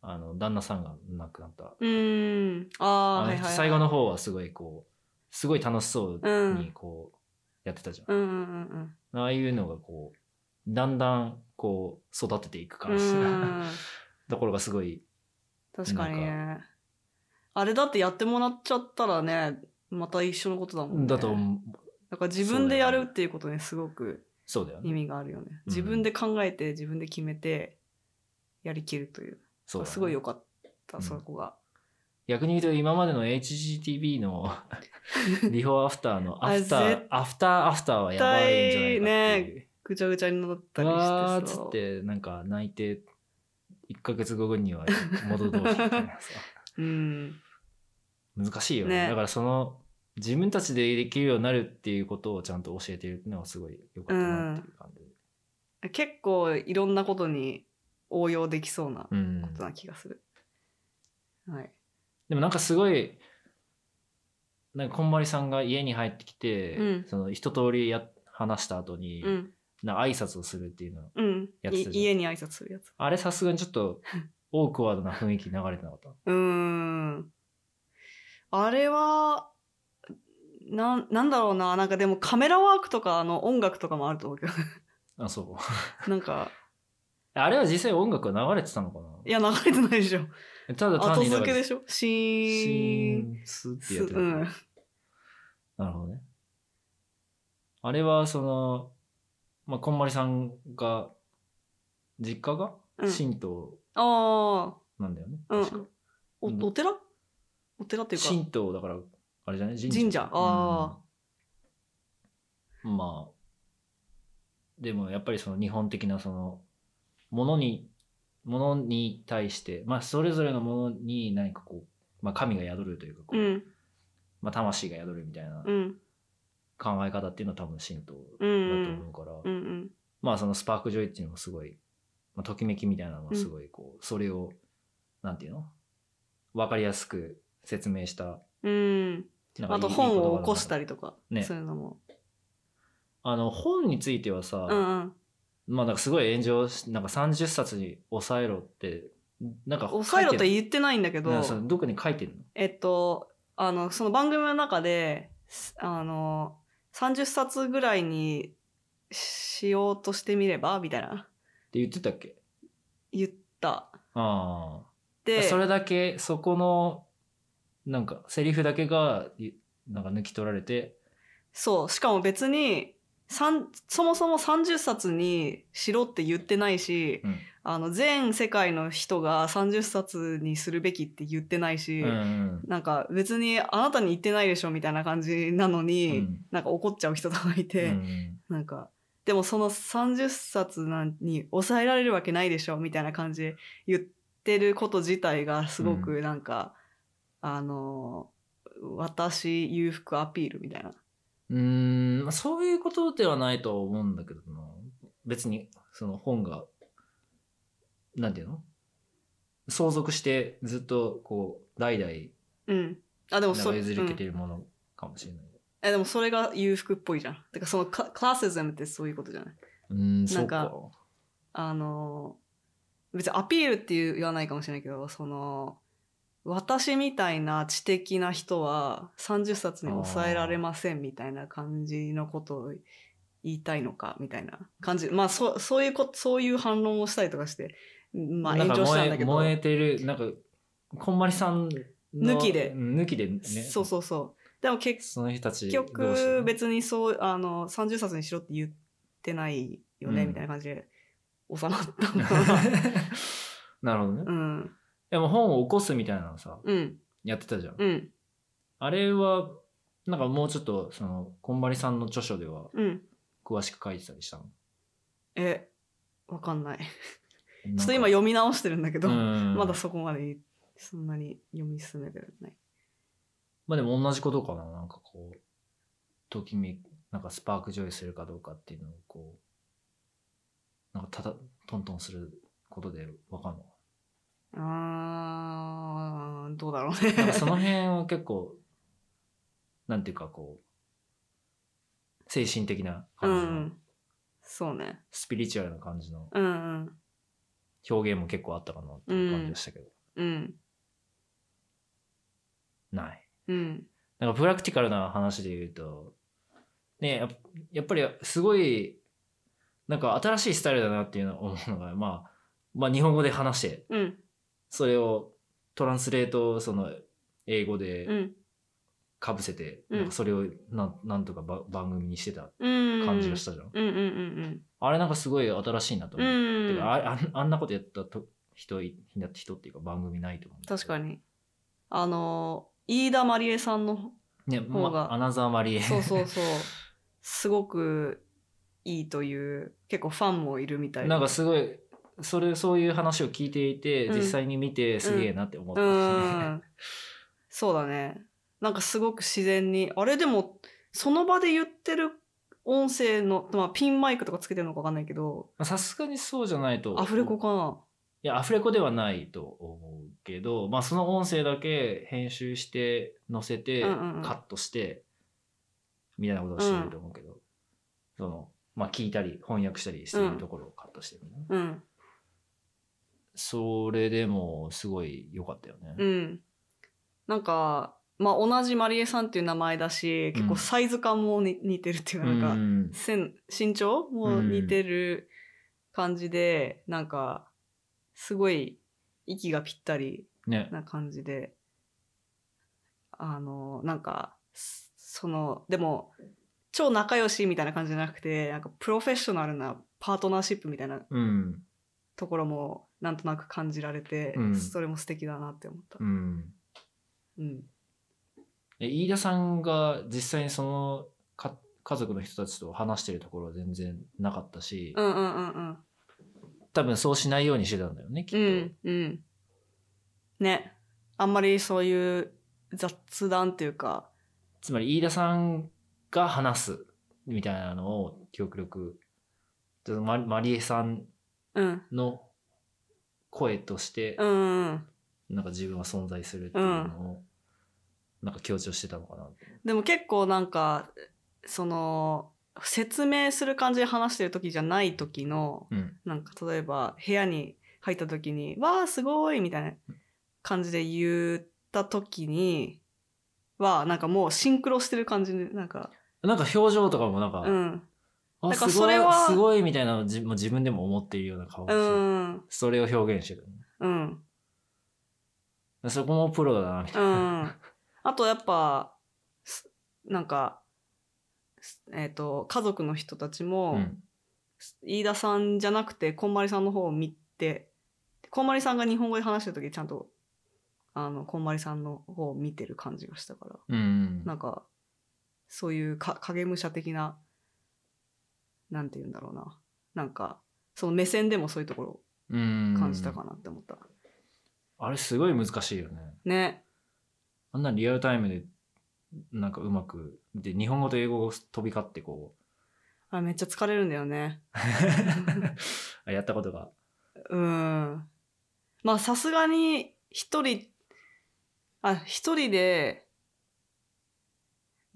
S2: あの旦那さんが亡くなった、
S1: うんああー
S2: あ
S1: は
S2: の
S1: いはい、はい、
S2: 最後の方はすごいこうすごい楽しそううんにこうやってたじゃん、
S1: うんうんうん
S2: ああいうのがこうだんだんこう育てていく
S1: うんう
S2: 感じ、
S1: ん
S2: ところがすごい
S1: 確かにねあれだってやってもらっちゃったらねまた一緒のことだもんね
S2: だと
S1: だ
S2: 思う
S1: から自分でやるっていうことにすごく
S2: そうだよ
S1: 意
S2: ね
S1: 味があるよね自分で考えて自分で決めてやりきるという
S2: そうだね
S1: すごい良かった、
S2: うん
S1: そこが
S2: 逆に言うと今までの HGTV のビフォーアフターのアフタ
S1: あ
S2: ー
S1: 絶
S2: アフターアフターはやばいんじゃないかっていう、
S1: ぐちゃぐちゃになったり
S2: わー
S1: し
S2: っ
S1: て
S2: つ
S1: さ
S2: ってなんか泣いて1ヶ月後には戻どうしみ たいなさ
S1: うん
S2: 難しいよね
S1: ね
S2: だからその自分たちでできるようになるっていうことをちゃんと教えてるのはすごい良かったなっていう感じ、
S1: 結構いろんなことに応用できそうな
S2: うん
S1: ことな気がする、はい
S2: でもなんかすごいなんかこんまりさんが家に入ってきて、
S1: うん
S2: その一通りや話した後に、
S1: うん
S2: なんか挨拶をするっていうの
S1: うん
S2: やって
S1: い
S2: たじゃん
S1: 家に挨拶するやつ
S2: あれさすがにちょ っとオークワードな雰囲気流れてなかった
S1: うーん。あれは、なん、なんだろうな。なんかでもカメラワークとか、あの、音楽とかもあると思うけど。
S2: あそう
S1: なんか、
S2: あれは実際音楽が流れてたのかない
S1: や、流れてないでしょ。
S2: ただ単
S1: 後
S2: にな
S1: 付
S2: んか
S1: けでしょシ
S2: シ
S1: ー
S2: ー
S1: ン。
S2: ンスって
S1: す
S2: やってた、
S1: うん。
S2: なるほどねあれはそのまあこんまりさんが実家が
S1: うん
S2: 神道
S1: ああ、
S2: なんだよね、
S1: うん
S2: 確か
S1: お、
S2: うん
S1: お寺お寺っていうか。
S2: 神道だからあれじゃない神社
S1: 神社あ
S2: うんまあでもやっぱりその日本的なそのものにものに対してまあそれぞれのものに何かこう、まあ、神が宿るというかこ
S1: う
S2: う、
S1: ん、
S2: まあ、魂が宿るみたいな
S1: うん、
S2: 考え方っていうのは多分神道だ
S1: うん、う
S2: と
S1: ん
S2: 思うから、
S1: うん、
S2: まあそのスパークジョイっていうのもすごい、まあ、ときめきみたいなのはすごいこう、それをなんていうの分かりやすく説明した
S1: うん。
S2: なんかい
S1: あ
S2: い
S1: と
S2: いい
S1: 本
S2: 言葉
S1: を
S2: だな
S1: 起こしたりとか、
S2: ね
S1: そういうのも。
S2: あの本についてはさ、
S1: うんうん。
S2: まあなんかすごい炎上しなんか30冊に抑えろってなんか
S1: 抑えろと
S2: い
S1: 言ってないんだけど、
S2: なんかそのどこに書いてんの
S1: えっと、あの、その番組の中で、すあの、30冊ぐらいにしようとしてみればみたいな、
S2: って言ってたっけ
S1: 言った。
S2: ああ
S1: で、
S2: それだけそこのなんかセリフだけがいなんか抜き取られて
S1: そう、しかも別に、さんそもそも30冊にしろって言ってないし、
S2: うん
S1: あの、全世界の人が30冊にするべきって言ってないし、
S2: うんうん
S1: なんか別にあなたに言ってないでしょみたいな感じなの
S2: う
S1: に、
S2: ん
S1: なんか怒っちゃう人とかいうて、
S2: ん
S1: なんか、でもその30冊なんに抑えられるわけないでしょみたいな感じで言ってること自体がすごくなんか、あの、私裕福アピールみたいな。
S2: うーんまあそういうことではないとは思うんだけどな別にその本がなんていうの相続してずっとこう代々
S1: うん。あ、でもそ
S2: 長
S1: れ、
S2: 譲り受けて
S1: うん
S2: るものかもしれない。
S1: え、でもそれが裕福っぽいじゃん。てかそのクラシズムってそういうことじゃない
S2: うん、そ
S1: な
S2: うん
S1: か
S2: か。
S1: あのー別にアピールっていう言わないかもしれないけどその私みたいな知的な人は30冊に抑えられませんみたいな感じのことを言いたいのかみたいな感じまあそそういうことそういう反論をしたりとかしてまあ
S2: なん
S1: 炎
S2: か
S1: 上したんだけど
S2: 燃え燃えてる、なんか、こんまりさんの
S1: 抜きで
S2: うん抜きでね。
S1: そうそうそうでも結
S2: その人たち同士でね。
S1: 局別にそうあの30冊にしろって言ってないよね、
S2: うん
S1: みたいな感じで収まったのか な
S2: なるほどね。
S1: うん
S2: でも本を起こすみたいなのさ、
S1: うん
S2: やってたじゃん。
S1: うん
S2: あれは、なんかもうちょっと、その、こんまりさんの著書では
S1: うん
S2: 詳しく書いてたりしたの。
S1: え、わかんない。ち
S2: ち
S1: ょ
S2: ょ
S1: っと今読み直してるんだけど、
S2: ま
S1: まだそこまでそんなに読み進めてない。
S2: まあでも同じことかな。なんかこう、ときめく、なんかスパークジョイするかどうかっていうのをこう、なんかただ、トントンすることでわかんの。
S1: あー、どうだろう
S2: なん
S1: ね
S2: か。その辺を結構、 なんていうかこう、精神的な
S1: う
S2: 感じの、
S1: ん。そうね。
S2: スピリチュアルな感じの
S1: うんうん。
S2: 表現も結構あったかなっていう感じでしたけど、
S1: うん。
S2: ない。
S1: うん。
S2: なんかプラクティカルな話で言うと、ね、やっやっぱりすごい、なんか新しいスタイルだなっていうのを思うのが、まあ、まあ日本語で話して、
S1: うん。
S2: それをトランスレート、その英語
S1: う
S2: で
S1: ん。
S2: かぶせて、
S1: うん
S2: なんかそれをなんなんとかば番組にしてた
S1: うん。
S2: 感じがしたじゃん。
S1: うんうんうん
S2: あれなんかすごい新しいなと
S1: う
S2: 思う。
S1: ん。う
S2: てか
S1: ん。
S2: ああんあんなことやったと人い人っていうか番組ないと思う。
S1: 確か。に。あの、飯田まりえさんの、
S2: ね、ま
S1: 方が
S2: あ、アナザーマリエ。
S1: そうそうそう、すごくいいという、結構ファンもいるみたい
S2: なんかすごいそれそういう話を聞いていて、
S1: うん
S2: 実際に見てすげえなって思った、
S1: うん。そうだね。なんかすごく自然に、あれでも、その場で言ってる音声の、まあ、ピンマイクとかつけてるのかわかんないけど、
S2: さすがにそうじゃないと
S1: アフレコかない
S2: やアフレコではないと思うけど、まあ、その音声だけ編集して載せて、
S1: うんうんうん
S2: カットしてみたいなことをしてると思うけど、そのまあ聞いたり翻訳したりしているところをカットしてるみたいな、
S1: うん。
S2: それでもすごい良かったよね、
S1: うん。なんか、まあ、同じマリエさんっていう名前だし、結構サイズ感もに似てるっていうか、なんか、
S2: うん
S1: 線身長も似てる感じで、なんか、すごい息がぴったり
S2: ね
S1: な感じであのなんかそそのでも超仲良しみたいな感じじゃなくてなんかプロフェッショナルなパートナーシップみたいな
S2: うん
S1: ところもなんとなく感じられて、
S2: うん
S1: それも素敵だなって思った
S2: う。ん
S1: うん
S2: え飯田さんが実際にそのか家族の人たちと話してるところは全然なかったし、
S1: うんうんうんうん
S2: 多分そうしないようにしてたんだよねきっ
S1: う
S2: と、
S1: んうんねあんまりそういう雑談っていうか
S2: つまり飯田さんが話すみたいなのを極力ちょっとママリエさん
S1: うん
S2: の声として
S1: うんうん
S2: なんか自分は存在するっていうのをなんか強調してたのかなって、
S1: でも結構なんかその説明する感じで話してる時じゃない時の
S2: うん
S1: なんか例えば部屋に入った時に「わあすごい!」みたいな感じで言った時にはなんかもうシンクロしてる感じでなんか
S2: なんか表情とかもなんか、
S1: うん
S2: あ
S1: なんか
S2: すご
S1: そ
S2: い
S1: れは
S2: すごいみたいなのを自もう自分でも思っているような顔をし
S1: う
S2: て、
S1: ん
S2: それを表現してる、ね、
S1: うん
S2: そこもプロだな、みた
S1: う
S2: いな。
S1: んあとやっぱすなんかすえっ、と家族の人たちも、
S2: うん
S1: 飯田さんじゃなくてこんまりさんの方を見てこんまりさんが日本語で話してる時ちゃんとあのこんまりさんの方を見てる感じがしたから
S2: うん。
S1: なんかそういうか影武者的ななんて言うんだろうななんかその目線でもそういうところを
S2: 感
S1: 感じたかなって思った、
S2: あれすごい難しいよね。
S1: ね
S2: あんなリアルタイムで、なんかうまく、で、日本語と英語を飛び交ってこ
S1: あれめっちゃ疲れるんだよね
S2: う、やったことが。
S1: うんまあさすがに一人あ一人で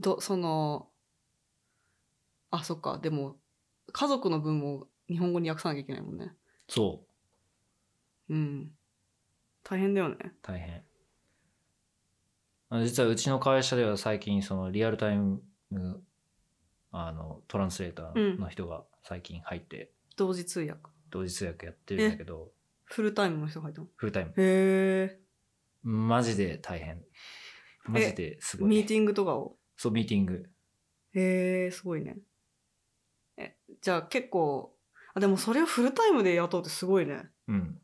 S1: どそのあそっかでも家族の分も日本語に訳さなきゃいけないもんね
S2: そう
S1: うん大変だよね
S2: 大変あの実はうちの会社では最近そのリアルタイムあのトランスレーターの人が最近入って
S1: 同時通訳
S2: 同時通訳やってるんだけど、
S1: フルタイムの人が入ったの
S2: フルタイム
S1: へえ
S2: マジで大変マジですごい
S1: ミーティングとかを
S2: そうミーティング
S1: へえすごいねえじゃあ結構あでもそれをフルタイムで雇うってすごいね
S2: うん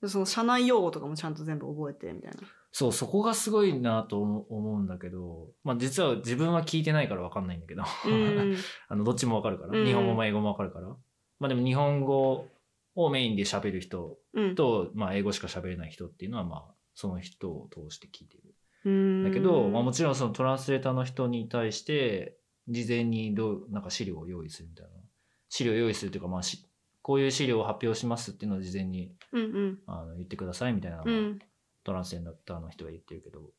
S1: でその社内用語とかもちゃんと全部覚えてみたいな
S2: そうそこがすごいなと思思うんだけどまあ実は自分は聞いてないから分かんないんだけど
S1: う ん
S2: あのどっちも分かるから、
S1: うん
S2: 日本語も英語も分かるからまあでも日本語をメインで喋る人
S1: うん
S2: と、まあ、英語しか喋れない人っていうのは、まあ、その人を通して聞いてる。
S1: うん
S2: だけど、まあ、もちろんそのトランスレーターの人に対して、事前にどう、なんか資料を用意するみたいな。資料を用意するというか、まあし、こういう資料を発表しますっていうのを事前に
S1: うんうん
S2: あの言ってくださいみたいなのを、
S1: うん
S2: トランスレーターの人は言ってるけど、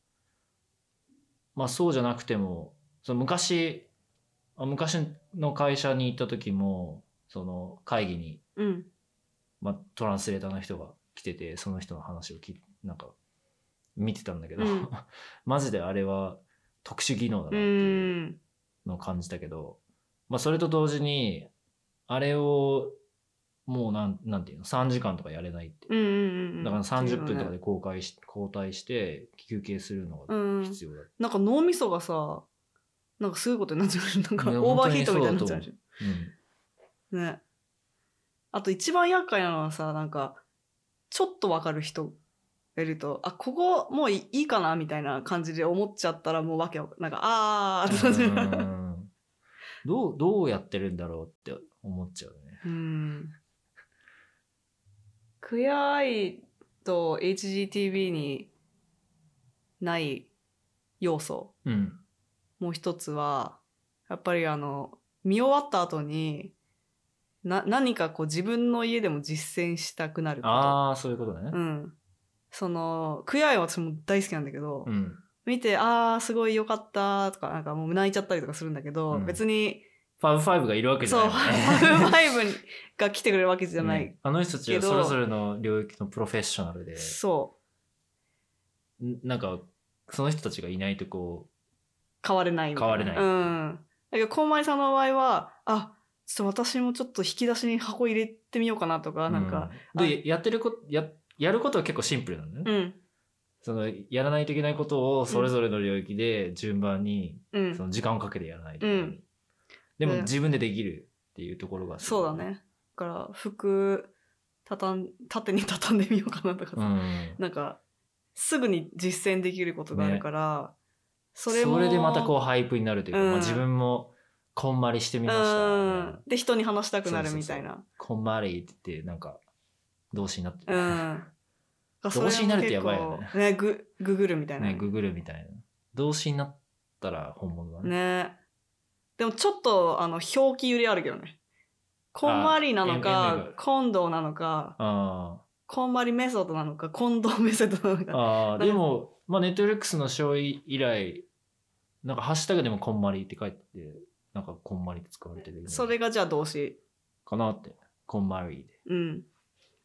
S2: まあそうじゃなくても、その昔、あ昔の会社に行った時も、その会議に
S1: うん
S2: まあ、トランスレーターの人が来ててその人の話をきなんか見てたんだけど、
S1: うん
S2: マジであれは特殊技能だなって
S1: う
S2: いうんのを感じたけど、まあ、それと同時にあれをもうなんなんていうの3時間とかやれないって、
S1: うんうんうん
S2: だから30分とか
S1: で
S2: で交代し交代して休憩するの
S1: う
S2: が
S1: ん
S2: 必要だ、
S1: なんか脳みそがさなんかすごいことになっちゃうなんか
S2: いや
S1: オーバーヒートみたいになっちゃう
S2: 本当にそうだと思う
S1: じゃん
S2: うん
S1: ね。あと一番厄介なのはさ、なんか、ちょっとわかる人がいると、あ、ここもういいいかなみたいな感じで思っちゃったらもうわけわかんなんか、 あーってなっちゃう。
S2: うんどうどうやってるんだろうって思っちゃうね
S1: うん。クエアアイと HGTV にない要素。
S2: うん
S1: もう一つは、やっぱりあの、見終わった後に、な、何かこう自分の家でも実践したくなること。
S2: ああそういうことね
S1: うん。その、クヤイは私も大好きなんだけど、
S2: うん
S1: 見て、あー、すごい良かったとか、なんかもう泣いちゃったりとかするんだけど、
S2: うん
S1: 別に、
S2: ファブファイブがいるわけじゃ
S1: そ
S2: な
S1: う、
S2: い
S1: フ
S2: もんね
S1: ァイブファイブが来てくれるわけじゃない。
S2: ねあの人たちはそれぞれの領域のプロフェッショナルで、
S1: そ
S2: んなんか、その人たちがいないとこ
S1: う、変われないみたいな。
S2: 変われない
S1: うん。だけど、コウマイさんの場合は、あ、ちょっと私もちょっと引き出しに箱入れてみようかなとか、
S2: う、
S1: なんか、
S2: うん
S1: あ
S2: で、やってること、や、やることは結構シンプルなんだよね。
S1: うん、
S2: その、やらないといけないことをそれぞれの領域で順番に、
S1: うん、
S2: そ
S1: そ
S2: の時間をかけてやらないといけない。
S1: うん
S2: でも
S1: うん
S2: 自分でできるっていうところがすごいう
S1: だ。ね。だから、服、たたん、縦に畳んでみようかなとかさ、
S2: うん。
S1: なんか、すぐに実践できることがあるから、そ
S2: それ
S1: も
S2: でまたこうハイプになるというか、
S1: うん
S2: まあ、自分もこんまりしてみましたみたいな
S1: うん。で、人に話したくなるみたいな。
S2: こんまりって言って、なんか、動詞になって
S1: う
S2: る。
S1: ん。
S2: 動詞になるってやばいよね
S1: ね。ね、グ、ググるみたいな。
S2: ね、ググるみたいな。動詞になったら本物だね。
S1: ねでもちょっと、あの、表記揺れあるけどね。こんまりなの
S2: あ M-
S1: か
S2: M、
S1: 近藤なのか、
S2: あ
S1: こんまりメソッドなのか、近藤メソッドなの
S2: ー
S1: か。
S2: あ
S1: ん
S2: ー、
S1: か
S2: でも、まあ、ネットフリックスの勝利以来、なんかハッシュタグでもこんまりって書いてて、なんかこんまりって使われてるよね
S1: それがじゃあ動詞。
S2: かなって。こんまりで。
S1: うん。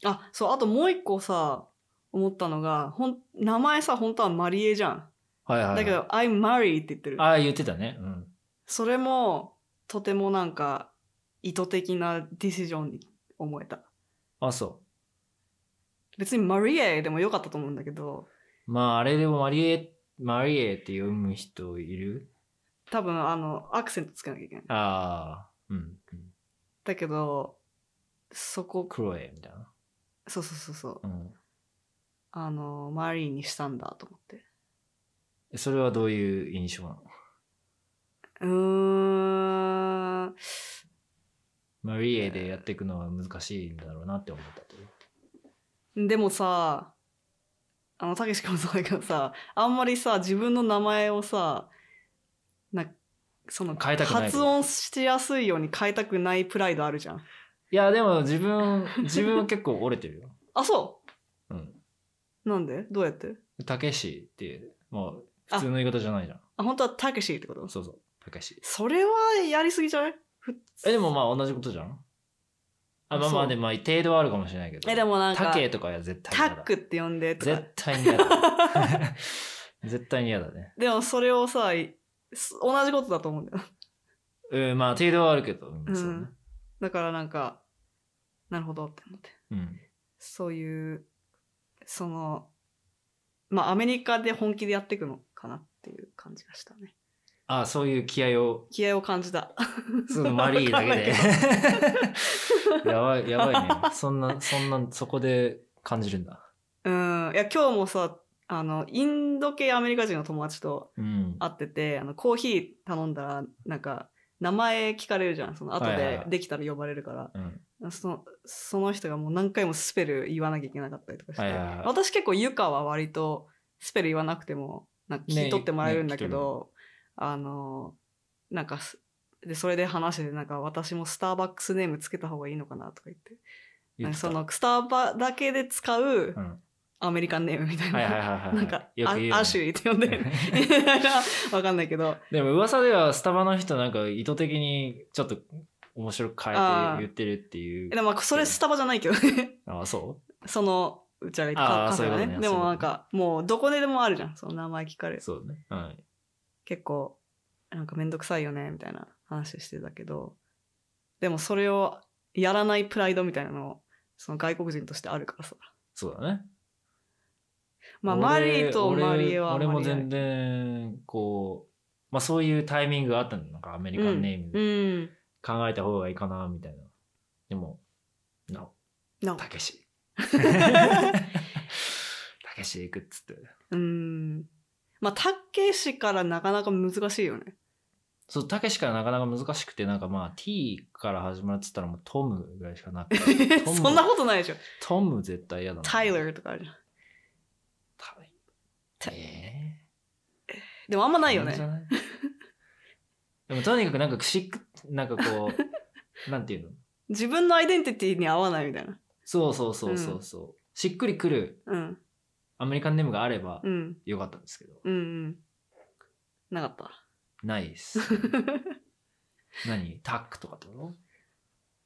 S1: あ、そう、あともう一個さ、思ったのが、ほん、名前さ、本当はマリエじゃん。
S2: はいはいはい。
S1: だけど、I'm married って言ってる。
S2: ああ、言ってたね。うん。
S1: それも、とてもなんか、意図的なディシジョンに思えた。
S2: あ、そ
S1: 別にマリエでもよかったと思うんだけど、
S2: う。まあ、あれでもマリエ、マリエって読む人いる
S1: 多分あの、アクセントつけなきゃいけない。
S2: ああ、うん。うん
S1: だけど、そこ、
S2: クロエみたいな。
S1: そうそうそうそう、
S2: うん。
S1: あの、マリーにしたんだと思って。
S2: それはどういう印象なの
S1: うーん。
S2: マリエでやっていくのは難しいんだろうなって思ったという。
S1: でもさ、あの、たけし君もそうだけどさ、あんまりさ、自分の名前をさ、な、その、
S2: 変えたくない
S1: 発音しやすいように変えたくないプライドあるじゃん。
S2: いや、でも自分、自分は結構折れてるよ。
S1: あ、そ
S2: うん。
S1: なんでどうやって
S2: たけしって、もう普通の言い方じゃないじゃん。
S1: あ、本当はたけしってこと
S2: そうそう、たけし。
S1: それはやりすぎじゃないふ
S2: え、でもまあ同じことじゃん。あ、まあま
S1: そ
S2: あ
S1: う
S2: でもまあ程度はあるかもしれないけど。
S1: え、でもなんか
S2: た、けとかは絶対
S1: タ
S2: 嫌だ。
S1: ックって呼んでとか
S2: 絶。対に嫌だ。絶対に嫌だね。
S1: でもそれをさ、いす同じことだと思うんだよ。
S2: うん、まあ程度はあるけど。うん。そうね
S1: だからなんか、なるほどって思って。
S2: うん。
S1: そういう、その、まあアメリカで本気でやっていくのかなっていう感じがしたね。
S2: あ、そういう気合を
S1: 気合を感じた。
S2: すぐマリーだけで
S1: わ。
S2: やばい、やばいね。そんな、そんな、そこで感じるんだ。
S1: うん。いや、今日もさ、あの、インド系アメリカ人の友達と
S2: うん。
S1: 会ってて、あの、コーヒー頼んだら、なんか、名前聞かれるじゃん。その後
S2: はいはい
S1: で
S2: はい
S1: できたら呼ばれるから。
S2: うん。
S1: そのその人がもう何回もスペル言わなきゃいけなかったりとかして、
S2: はいはいはい
S1: 私結構ゆかは割とスペル言わなくてもなんか聞い取ってもらえるんだけど、あのなんかすでそれで話しててなんか私もスターバックスネームつけた方がいいのかなとか言ってな
S2: 言
S1: ん
S2: っ
S1: かそ
S2: てた
S1: のスターバだけで使う
S2: うん
S1: アメリカンネームみたい
S2: はいはいはい
S1: な。
S2: はいはい。
S1: なんか、
S2: よ
S1: あ
S2: く言うよね
S1: アシュリーって呼んで るわかんないけど
S2: でも噂ではスタバの人なんか意図的にちょっと面白く変え
S1: あー
S2: て言ってるっていう
S1: え。でもまあそれスタバじゃないけどね
S2: あそ
S1: そのうちらが言
S2: あー
S1: ったカフェは
S2: そうい
S1: ね
S2: うことね
S1: で
S2: そういうことね
S1: もなんかもうどこででもあるじゃんその名前聞かれ
S2: うそうね。はい。
S1: 結構なんかめんどくさいよねみたいな話してたけどでもそれをやらないプライドみたいなのをその外国人としてあるからさ
S2: そうだね。
S1: まあ
S2: 俺
S1: マリーとマリエは
S2: 俺俺
S1: マ
S2: も
S1: リエ
S2: 全然、こう、まあそういうタイミングがあったの。なんかアメリカンネーム
S1: うん、うん
S2: 考えた方がいいかな、みたいな。でも、なお、
S1: な
S2: た けし。たけし行くっつって。
S1: うんまあたけしからなかなか難しいよね
S2: そう、たけしからなかなか難しくて、なんかまあ t から始まるっつったらもうトムぐらいしかなく て。トム
S1: そんなことないでしょ
S2: トム絶対嫌だな。
S1: タイラーとかあるじゃん
S2: タイ
S1: タ
S2: え
S1: でもあんま
S2: ー
S1: ないよ
S2: あれじゃ
S1: ね
S2: ないでもとにかくなんかくしく、なんか こう、なんていうの
S1: 自分のアイデンティティに合わないみたいな
S2: そうそうそうそうそう、しっくりくる
S1: うん
S2: アメリカンネームがあれば
S1: うん
S2: よかったんですけど、
S1: うんうんなかった
S2: ないっす、何タックとかってこと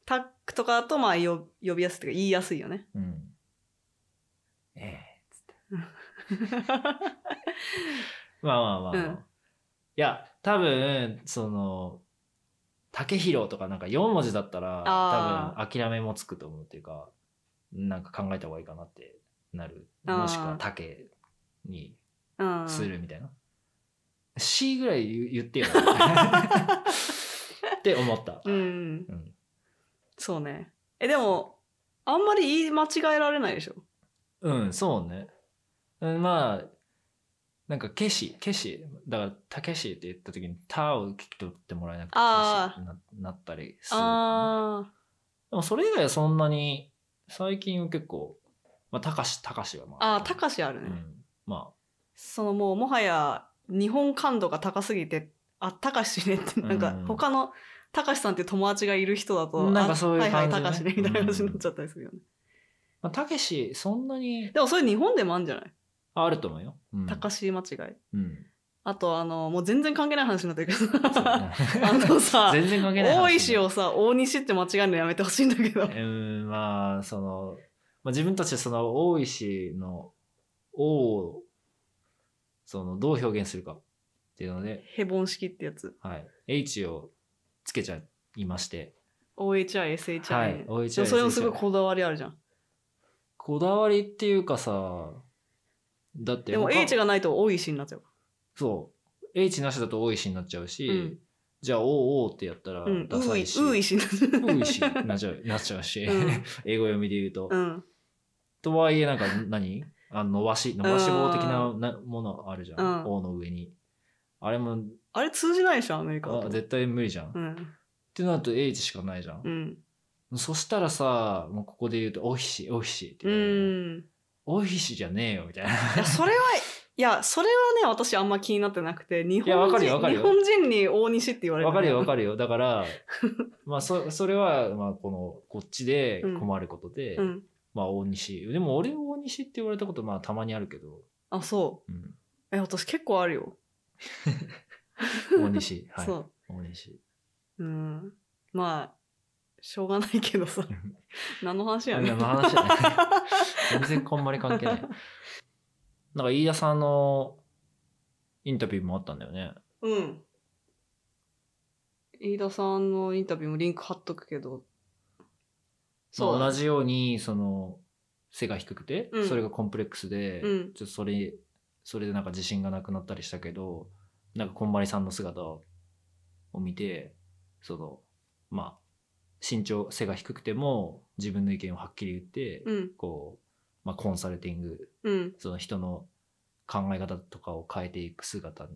S1: タックとかだとまあよ呼びやすいというか言いやすいよね。
S2: うん。ええつって。まあまあまあまあ、
S1: うん
S2: いや、多分、その、竹広とかなんか4文字だったら
S1: あ、
S2: 多分諦めもつくと思うっていうか、なんか考えた方がいいかなってなる。
S1: あー
S2: もしくは竹に
S1: うん、
S2: するみたいな。C ぐらい言う言って よ。って思った。
S1: うんうん、
S2: うん
S1: そうね。え、でも、あんまり言い間違えられないでしょ。
S2: うん、そうね。うんまあ、なんか、ケシ、ケシ、だから、たけしって言った時に、タを聞き取ってもらえなくて、
S1: あー
S2: ケシにななったりするかな。
S1: あ
S2: でも、それ以外はそんなに、最近は結構、まあ、たかし、たかしはま
S1: あ、
S2: あ。
S1: ああ、高しある
S2: う
S1: ね。
S2: ん。ま
S1: そのもう、もはや、日本感度が高すぎて、あ、高しねって、なんか
S2: うん、
S1: 他の、高しさんっていう友達がいる人だと、
S2: なんか
S1: あ
S2: そういう感じね
S1: はいはい、高しね、みたいな話になっちゃったりするよね。
S2: あ、まあ、たけし、そんなに、
S1: でも、それ日本でもあるんじゃない
S2: ああると思うよ。うん。
S1: 高し間違い。
S2: うん。
S1: あと、あの、もう全然関係ない話になってるけど、
S2: そう
S1: あ
S2: ね
S1: のさ、
S2: 全然関係ない話。
S1: 大石をさ大西って間違えるのやめてほしいんだけど
S2: うん、まあ、その、まあ、自分たちはその大石の王を、その、どう表現するかっていうので、
S1: ヘボン式ってやつ
S2: はい、H をつけちゃいまして、
S1: OHISHI、
S2: はい
S1: で
S2: OHI
S1: もそれもすごいこだわりあるじゃん
S2: こだわりっていうかさ、だって
S1: でも
S2: 他
S1: H がないと大石になっちゃう
S2: そう、H なしだと大石になっちゃうし、
S1: うん
S2: じゃあ、おうおうってやったら
S1: うん
S2: ダサいし、
S1: うういしになっちゃう
S2: ういしになっちゃうなっちゃうし、
S1: うん
S2: 英語読みで言うと。
S1: うん
S2: とはいえ、なん か何、あの、伸ばし、伸ばし棒的ななものあるじゃん。
S1: うん
S2: 王の上に。あれも、
S1: あれ通じないでしょアメリカだ
S2: あ
S1: と
S2: 絶対無理じゃん。
S1: う
S2: っ
S1: ん
S2: てなると、H しかないじゃん
S1: う。ん
S2: そしたらさ、もうここで言うと、オフィシ、オフィシって
S1: う
S2: 言うよね
S1: ん
S2: オフィシじゃねえよ、みたいな。
S1: い やそれはいやそれはね私あんま気になってなくて日
S2: いやわ
S1: 本
S2: かるよわ
S1: 人
S2: かる
S1: 日
S2: よ
S1: 本人に大西って言われる
S2: わかるよ、わ
S1: る
S2: かるよ。だから、まあ、そ、それは、まあ、この、こっちで困ることで、
S1: うん
S2: まあ大西でも俺大西って言われたことまあたまにあるけど、
S1: あ、そ
S2: うん、
S1: う。え、私結構あるよ。
S2: 大西はい
S1: そ
S2: 大西
S1: う。うん。まあ、しょうがないけどさ。何の話やねん。
S2: 何の話やねん全然こんまり関係 ないなんか飯田さんのインタビューもあったんだよね
S1: うん。飯田さんのインタビューもリンク貼っとくけど。
S2: そう、
S1: だ
S2: 同じようにその背が低くて、
S1: うん
S2: それがコンプレックスで、
S1: うん
S2: ちょっとそれそれでなんか自信がなくなったりしたけどなんかこんまりさんの姿を見てそのまあ身長背が低くても自分の意見をはっきり言って、
S1: うん。
S2: こう、まあ、コンサルティング
S1: うん。
S2: その人の考え方とかを変えていく姿
S1: う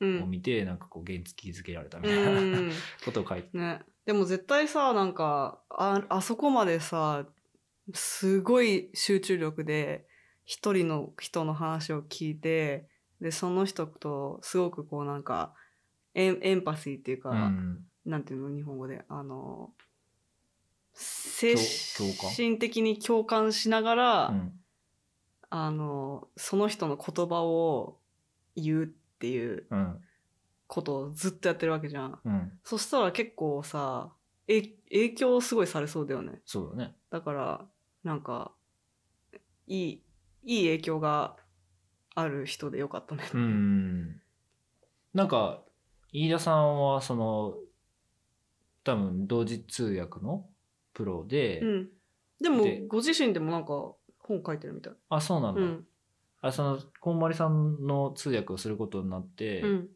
S2: を
S1: ん。
S2: 見て、なんかこう元気づけられたみ
S1: う
S2: たいな、
S1: ん。
S2: ことを書いて
S1: ね。でも絶対さ、なんか、あ、あそこまでさ、すごい集中力で、一人の人の話を聞いて、で、その人とすごくこうなんか、エンエンパシーっていうか、
S2: うん
S1: なんていうの日本語であの精
S2: 共
S1: 神的に共感しながら、
S2: うん
S1: あのその人の言葉を言うっていう
S2: うん
S1: ことをずっとやってるわけじゃん
S2: うん
S1: そしたら結構さえ影響をすごいされそうだよね
S2: そうだね
S1: だからなんかいいいい影響がある人でよかったね、
S2: うん。なんか、飯田さんは、その、多分、同時通訳のプロで、
S1: うんでも
S2: で
S1: ご自身でもなんか本書いてるみたい
S2: あ、そうなん
S1: う
S2: だ。
S1: ん
S2: あ、その、こんまりさんの通訳をすることになって、
S1: うん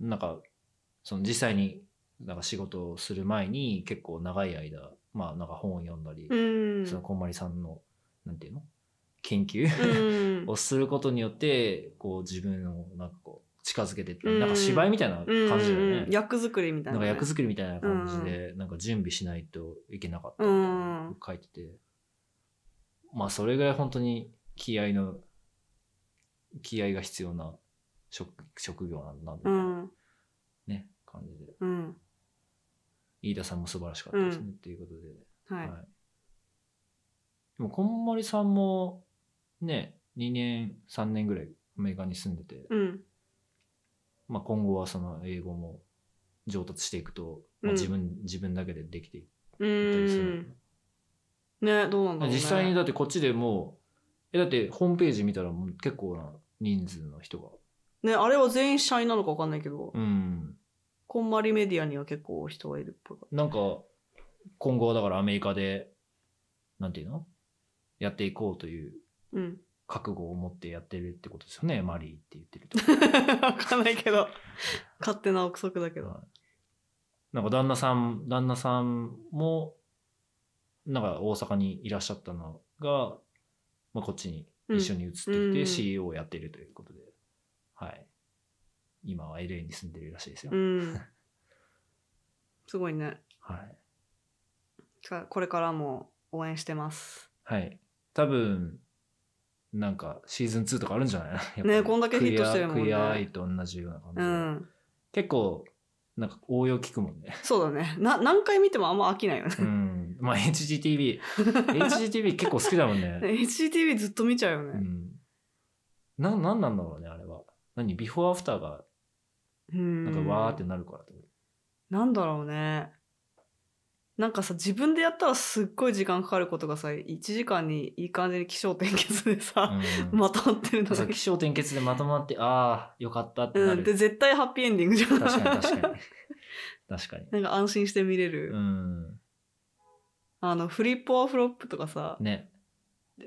S2: なんか、その、実際に、なんか仕事をする前に、結構長い間、まあ、なんか本を読んだり、
S1: うん
S2: その、こんまりさんの、なんていうの研究、
S1: うん
S2: をすることによって、こう、自分を、なんかこう、近づけてって、
S1: うん
S2: なんか芝居みたいな感じだよ
S1: うん
S2: ね。
S1: うんうん役作りみたいな、
S2: なんか
S1: ね。
S2: 役作りみたいな感じで、なんか準備しないといけなかったみたいなの書いてて、まあそれぐらい本当に気合の、気合が必要な職職業なんだみた
S1: う。
S2: いなんね、感じで。
S1: うん。
S2: 飯田さんも素晴らしかったですね、
S1: う
S2: っていうこ
S1: は。
S2: とで。はいい。でも、こんまりさんも、ね、2年、3年ぐらいアメリカに住んでて、
S1: うん。
S2: まあ、今後はその英語も上達していくと、ま
S1: う
S2: あ、
S1: ん
S2: 自分、自分だけでできていく
S1: う
S2: ったりするの
S1: ん。
S2: かな。
S1: ね、どうなんだろう、ね。
S2: 実際にだってこっちでもうえだってホームページ見たらもう結構な人数の人が
S1: ね、あれは全員社員なのかわかんないけど、
S2: うん
S1: こんまりメディアには結構人がいるっぽいか
S2: なんか今後はだからアメリカでなんていうのやっていこうという
S1: ら。うん。
S2: 覚悟を持ってやってるってことですよねマリーって言ってると
S1: わかんないけど、勝手な憶測だけど。
S2: なんか旦那さん旦那さんもなんか大阪にいらっしゃったのが、まあ、こっちに一緒に移って
S1: う
S2: き
S1: んう
S2: て
S1: ん
S2: CEO をやってるということで、はい今は LA に住んでるらしいですよ、
S1: うん。すごいね。
S2: はい。
S1: かこれからも応援してます。
S2: はい。多分、なんかシーズン2とかあるんじゃない やっぱり
S1: ねこんだけヒットしてるもんね
S2: クイアクイアアイと同じような感じ
S1: う
S2: で。
S1: ん。
S2: 結構、なんか応用聞くも んね。
S1: そうだね。な、何回見てもあんま飽きないよね。
S2: うん。まあ HGTV、HGTV 結構好きだも んね。
S1: HTV ずっと見ちゃうよ
S2: う
S1: ね。
S2: ん。な、なんなんだろうね、あれは。何ビフォーアフターが、
S1: うん。
S2: なんかわーってなるからってこと
S1: なんだろうね。なんかさ、自分でやったらすっごい時間かかることがさ、1時間にいい感じに起承転結でさ、
S2: うん。
S1: まとまってるの
S2: そう、
S1: に
S2: 気。象転結でまとまって、ああ、よかったって
S1: う、
S2: なん
S1: で、
S2: る。
S1: 絶対ハッピーエンディングじゃん。
S2: 確かに 確かに。確かに。
S1: なんか安心して見れる。
S2: うん。
S1: あの、フリップオアフロップとかさ、
S2: ね。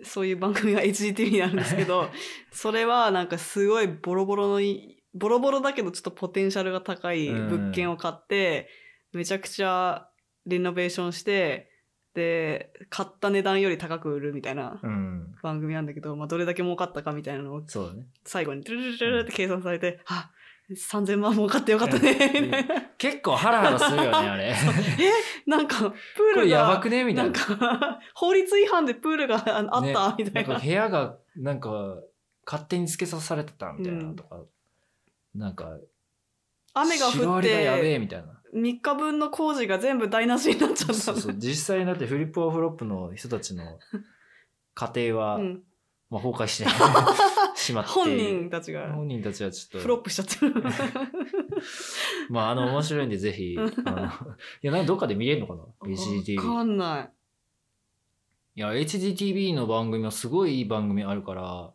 S1: そういう番組が HGTV にあるんですけ ど、それはなんかすごいボロボロのい、ボロボロだけどちょっとポテンシャルが高い物件を買って、めちゃくちゃリノベーションして、で、買った値段より高く売るみたいな。
S2: うん。
S1: 番組なんだけど、まあ、どれだけ儲かったかみたいなのを
S2: そうだね。
S1: 最後にトゥルルルルルって計算されて、あ3000万儲かってよかったね
S2: うん
S1: みたいな
S2: 結構ハラハラするよね、あれ。
S1: なんかプ
S2: こ
S1: ール
S2: れやば
S1: が
S2: くねみた
S1: ないん
S2: な。
S1: か法律違反でプールがああった、みた
S2: なん
S1: いな
S2: か部屋が、なんか、勝手に付けさされてたみたいなとか、なんか、
S1: 雨が
S2: シロ
S1: 降っ
S2: アリがやべえ
S1: て
S2: みたいな。
S1: 3日分の工事が全部台無しになっちゃった
S2: そうそう、実際だってフリップオフロップの人たちの家庭は、
S1: うん、
S2: まあ、崩 壊してしまって
S1: 本人たちが
S2: 本人たちはちょっ
S1: フロッ
S2: と、
S1: プしちゃってる
S2: まあ、あの、面白いんで、ぜひ、あのいや、なんかどっかで見れるのかな ?HDTV。
S1: わかんない
S2: いや、HDTV の番組はすごいいい番組あるから、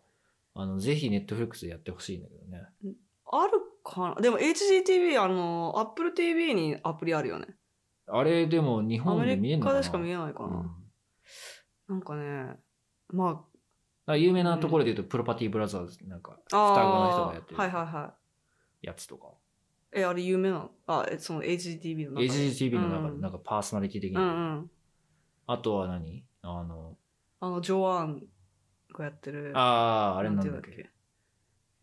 S2: あの、ぜひ Netflix でやってほしいんだけどね。
S1: あるかなでも HGTV あの AppleTV にアプリあるよね
S2: あれ、でも日
S1: ア
S2: 本で
S1: メ
S2: 見れ
S1: リ
S2: るの
S1: カ
S2: かな
S1: でしか見えないかな、
S2: うんだ
S1: なんかねま
S2: から有名なところで言うと、プロパティブラザーズなんか、
S1: ああ
S2: 双子の人がやってる
S1: ーはいはいは
S2: やつとか。
S1: いえあれ有名なのあえその HGTV の中で
S2: HGTV の中
S1: う
S2: で、
S1: ん
S2: なんかパーソナリティ的に。
S1: うんうん
S2: あとは何あの、
S1: あのジョアンがやってる
S2: あー、あれなんだ
S1: て
S2: っ
S1: いうん
S2: け。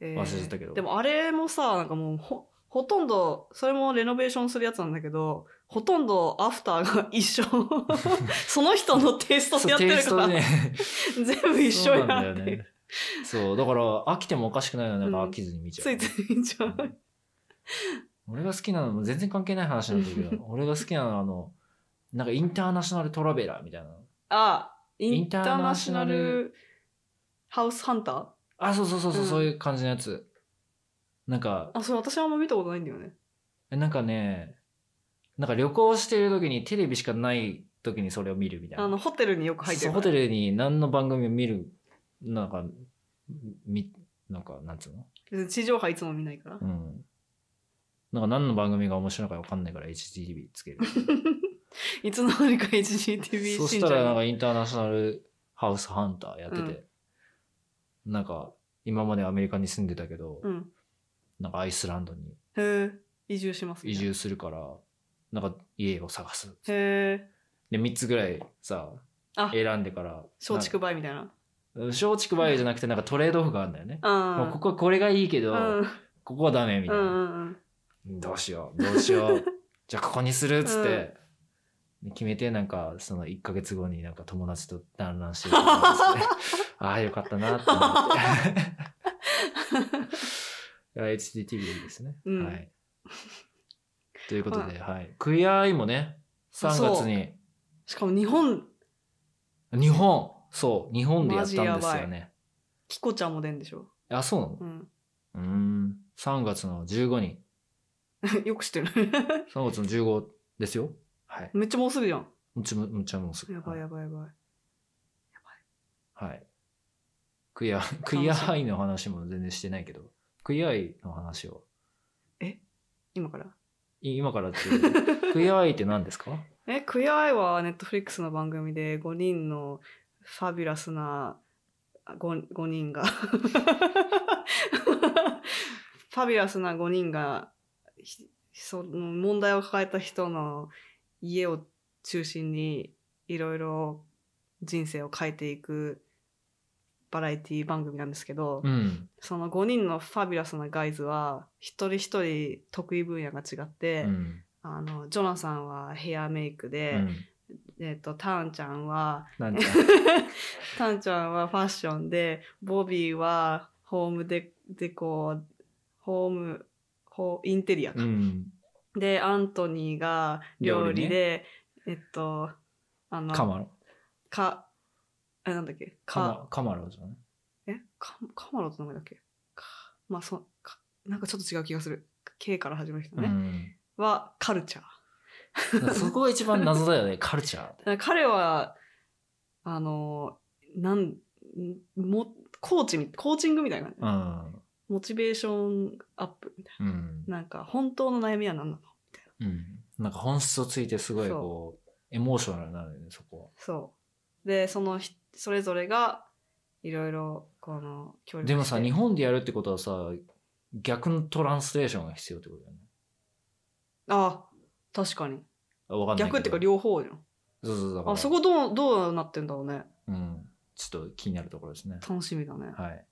S1: えー
S2: 忘れちゃったけど
S1: でもあれもさなんかもうほほとんどそれもレノベーションするやつなんだけどほとんどアフターが一 緒その人のテイストでやってる
S2: そ
S1: か
S2: う
S1: ら、
S2: テイストでね
S1: 全部 一緒
S2: そう
S1: や
S2: なん
S1: な
S2: だ
S1: っ
S2: よ
S1: ていう、
S2: ね。そう、だから飽きてもおかしくないのになんか
S1: うん
S2: 飽きずに見ちゃう
S1: ついつい見ちゃう、
S2: 俺が好きなのも全然関係ない話なんだけ ど俺が好きなのはあのなんかインターナショナルトラベラーみたいな
S1: あイ
S2: イ
S1: ン
S2: ン
S1: タ
S2: タ
S1: ー
S2: ー
S1: ナ
S2: ナ
S1: シ
S2: シ
S1: ョ
S2: ョ
S1: ナ
S2: ナ
S1: ル
S2: ル
S1: ハウスハンター
S2: あそうそうそうそう、
S1: うん
S2: そういう感じのやつなんか
S1: あそれ私あんま見たことないんだよね
S2: えなんかねなんか旅行してる時にテレビしかない時にそれを見るみたいな
S1: あのホテルによく入って
S2: そう
S1: る
S2: ホテルに何の番組を見るなんかみなんかなんつうの
S1: ル地上波いつも見ないから
S2: うんなんか何の番組が面白いのか分かんないから HTV つける
S1: いつの間にか HGTV
S2: そ
S1: 信
S2: し
S1: 者
S2: たらなん
S1: に
S2: かインターナショナルハウスハンターやってて、なんか今までアメリカに住んでたけど、
S1: うん
S2: なんかアイスランドに
S1: へえ移住しますね
S2: 移住するから、なんか家を探す。
S1: へえ
S2: で、3つぐらいさ、
S1: あ
S2: 選んでから、
S1: 松竹梅みたいな
S2: なんか松竹梅じゃなくてなんかトレードオフがあるんだよね。も
S1: あ
S2: うこ
S1: あ
S2: こはこれがいいけど、
S1: うん
S2: ここはダメみた
S1: う
S2: いな、
S1: んうん
S2: どうしよう、どうしよ う。じゃあここにするっつ
S1: うん
S2: って、で決めてなんかその1ヶ月後になんか友達と団ら んしてるとかですねああよかったなって思って。HDTV ですね。
S1: うん
S2: はい。ということで、はい。クイアアイもね、3月に
S1: しかも日本
S2: 日本、そう、日本でやったん
S1: マ
S2: で
S1: ジ
S2: す
S1: や
S2: よね。
S1: キコちゃんも出んでしょ、
S2: あ、そうなの
S1: うん、
S2: うーん。3月の15に、
S1: よく知ってる
S2: 3月の15ですよ。はい。
S1: めっちゃもうすぐじゃん
S2: むちゃむむちゃもうすぐ。
S1: やばいやばいやばい
S2: はい。クイア、クイアアイの話も全然してないけど、クイアアイの話を、
S1: 今から
S2: い今からって いうクイアアイって何ですか
S1: え、クイアアイはネットフリックスの番組で5人のファビュラスな 5, 5人がファビュラスな5人がひその問題を抱えた人の家を中心にいろいろ人生を変えていくバラエティ番組なんですけど、
S2: うん。
S1: その5人のファビュラスなガイズは一人一人得意分野が違っ
S2: う
S1: て、
S2: ん。
S1: あのジョナさんはヘアメイク
S2: う
S1: で、
S2: ん。
S1: えっと、ターンちゃんは、
S2: なんか、
S1: ターンちゃんはファッションで、ボビーはホームデデコ、ホーム、ホインテリアか、
S2: うん。
S1: で、アントニーが料理
S2: 料理
S1: で、えっと、あの、
S2: カマロ。
S1: か、え、なんだっけ、
S2: カ
S1: か、
S2: マカマロじゃない
S1: え、か、カマロって名前だっけか、まあ、そ、か、なんかちょっと違う気がする。K から始まる人ね。は、カルチャー。
S2: うん、そこが一番謎 だよね、カルチャーっ
S1: だ
S2: て。
S1: から彼はあのなんんもコーチみコーチングみたいな感じ
S2: うん。
S1: モチベーションアップみたい
S2: うん。
S1: ななんか本当の悩みは何なの
S2: うん。なんか本質をついてすごい
S1: そう
S2: こう、エモーショナルになるよね、そこ
S1: そうでそのひそれぞれがいろいろこの協
S2: は。
S1: 力
S2: でも
S1: し
S2: さ、
S1: て
S2: 日本でやるってことはさ、逆のトランスレーションが必要ってことだよね。
S1: あ確かに
S2: あわかんないけど。
S1: 逆っていうか両方じゃん
S2: そうそうだから
S1: あそこどうどうなってんだろうね
S2: うん。ちょっと気になるところですね。
S1: 楽しみだね
S2: はい。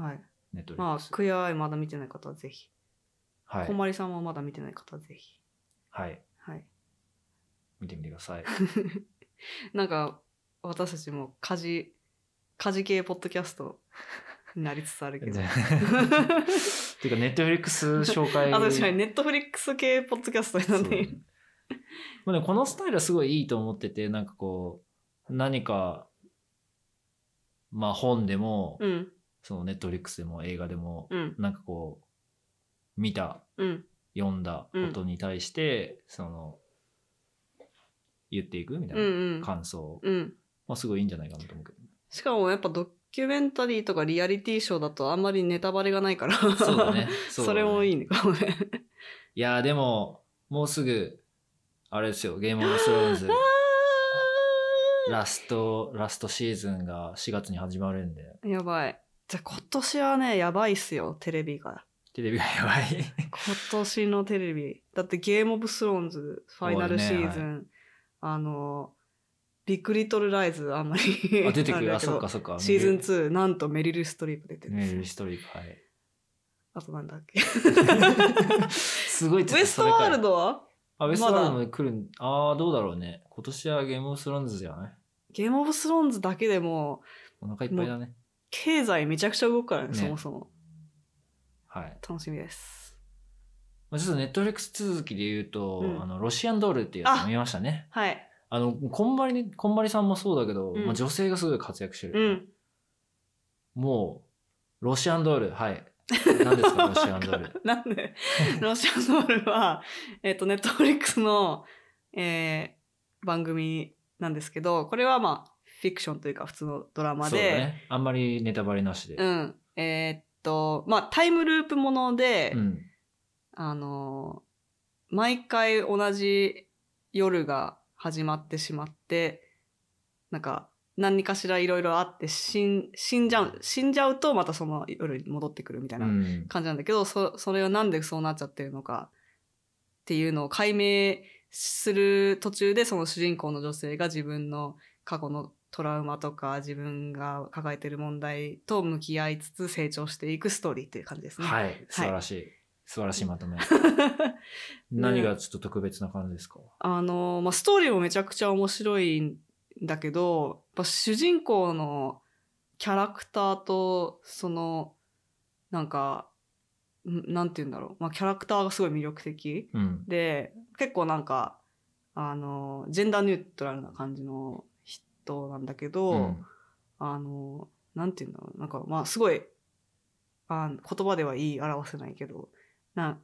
S1: はい
S2: ネットフリッ
S1: まあ
S2: クス。
S1: クイアアイまだ見てない方はぜひ
S2: は
S1: こ
S2: い。
S1: まりさんもまだ見てない方はぜひ
S2: はい。
S1: はい
S2: 見てみてく ださい。
S1: なんか私たちも家事家事系ポッドキャストになりつつある けど
S2: 全然っていうか、ネットフリックス紹 介。
S1: あ確かにネットフリックス系ポッドキャストにな
S2: そ
S1: っ
S2: う
S1: ている
S2: まあでもこのスタイルはすごいいいと思ってて、なんかこう、何かまあ本でも、
S1: うん
S2: そのネットフリックスでも映画でも、
S1: うん
S2: なんかこう、見た、
S1: うん
S2: 読んだことに対して、その、言っていくみた
S1: うんう
S2: いなん感想、
S1: うん
S2: まあすごいいいんじゃないかなと思うけど。
S1: しかもやっぱドキュメンタリーとかリアリティショーだとあんまりネタバレがないから
S2: そうだね。
S1: そう
S2: だね
S1: れもいいねかもね
S2: いやーでも、もうすぐ、あれですよ、ゲームオブスローンズ、 ラスト、ラストシーズンが4月に始まるんで、
S1: やばいじゃあ今年はねやばいっすよテレビが
S2: テレビがやばい。
S1: 今年のテレビだってゲームオブスローンズファイナルシーズ
S2: 終わ
S1: ン、あのビッグリトルライズあんまり
S2: あ、出てく る。
S1: なん
S2: あ、
S1: だけど
S2: そっかそっか。
S1: シーズン
S2: 2。
S1: 2なんとメリル・ストリープ出てるん
S2: メ
S1: です
S2: ー
S1: よ
S2: ルストリープ、はい。
S1: あとなんだっ けウ
S2: すごいちょっ
S1: エ
S2: と
S1: ス
S2: そ
S1: ト
S2: れか
S1: ワ
S2: い
S1: ールドは
S2: あ、ウエスト
S1: まだ
S2: ワールドも来るん、ああ、どうだろうね。今年はゲームオブスローンズじゃない
S1: ゲームオブスローンズだけでも
S2: お腹いっぱいだね。
S1: 経済めちゃくちゃ動くからね
S2: ね
S1: そもそも
S2: はい。
S1: 楽しみです
S2: まあ、ちょっとネットフリックス続きで言うと、
S1: うん
S2: あの、ロシアンドールっていうやつ
S1: あ
S2: 見ましたね。
S1: はい
S2: あの、こんばりに、こんばりさんもそうだけど、
S1: うん
S2: まあ、女性がすごい活躍して
S1: う
S2: る。
S1: ん
S2: もう、ロシアンドール、はい。何で すか、ロシアンドール。
S1: なん でロシアンドールはえっ、とネットフリックスの、えー番組なんですけどこれはまあフィクションというか普通のドラマ
S2: そうだ
S1: で
S2: ね。あんまりネタバレなしで。
S1: うんえーっとまあタイムループもので、
S2: うん。。
S1: あのー毎回同じ夜が始まってしまってなんか何かしらいろいろあって死ん死んじゃう死んじゃうとまたその夜に戻ってくるみたいうなん感じなんだけど、そそれはなんでそうなっちゃってるのかっていうのを解明する途中でその主人公の女性が自分の過去のトラウマとか自分が抱えてる問題と向き合いつつ成長していくストーリーっていう感じですね。
S2: はい。素晴らしい。素晴らしいまとめ。何がちょっと特別な感じですか
S1: あのまあ、ストーリーもめちゃくちゃ面白いんだけどやっぱ主人公のキャラクターとそのなんかんなんて言うんだろう、まあ、キャラクターがすごい魅力的
S2: うん。
S1: で結構なんかあのジェンダーニュートラルな感じの人なんだけど、
S2: うん
S1: あのなんて言うんだろうなんかまあすごいあ言葉では言い表せないけどなん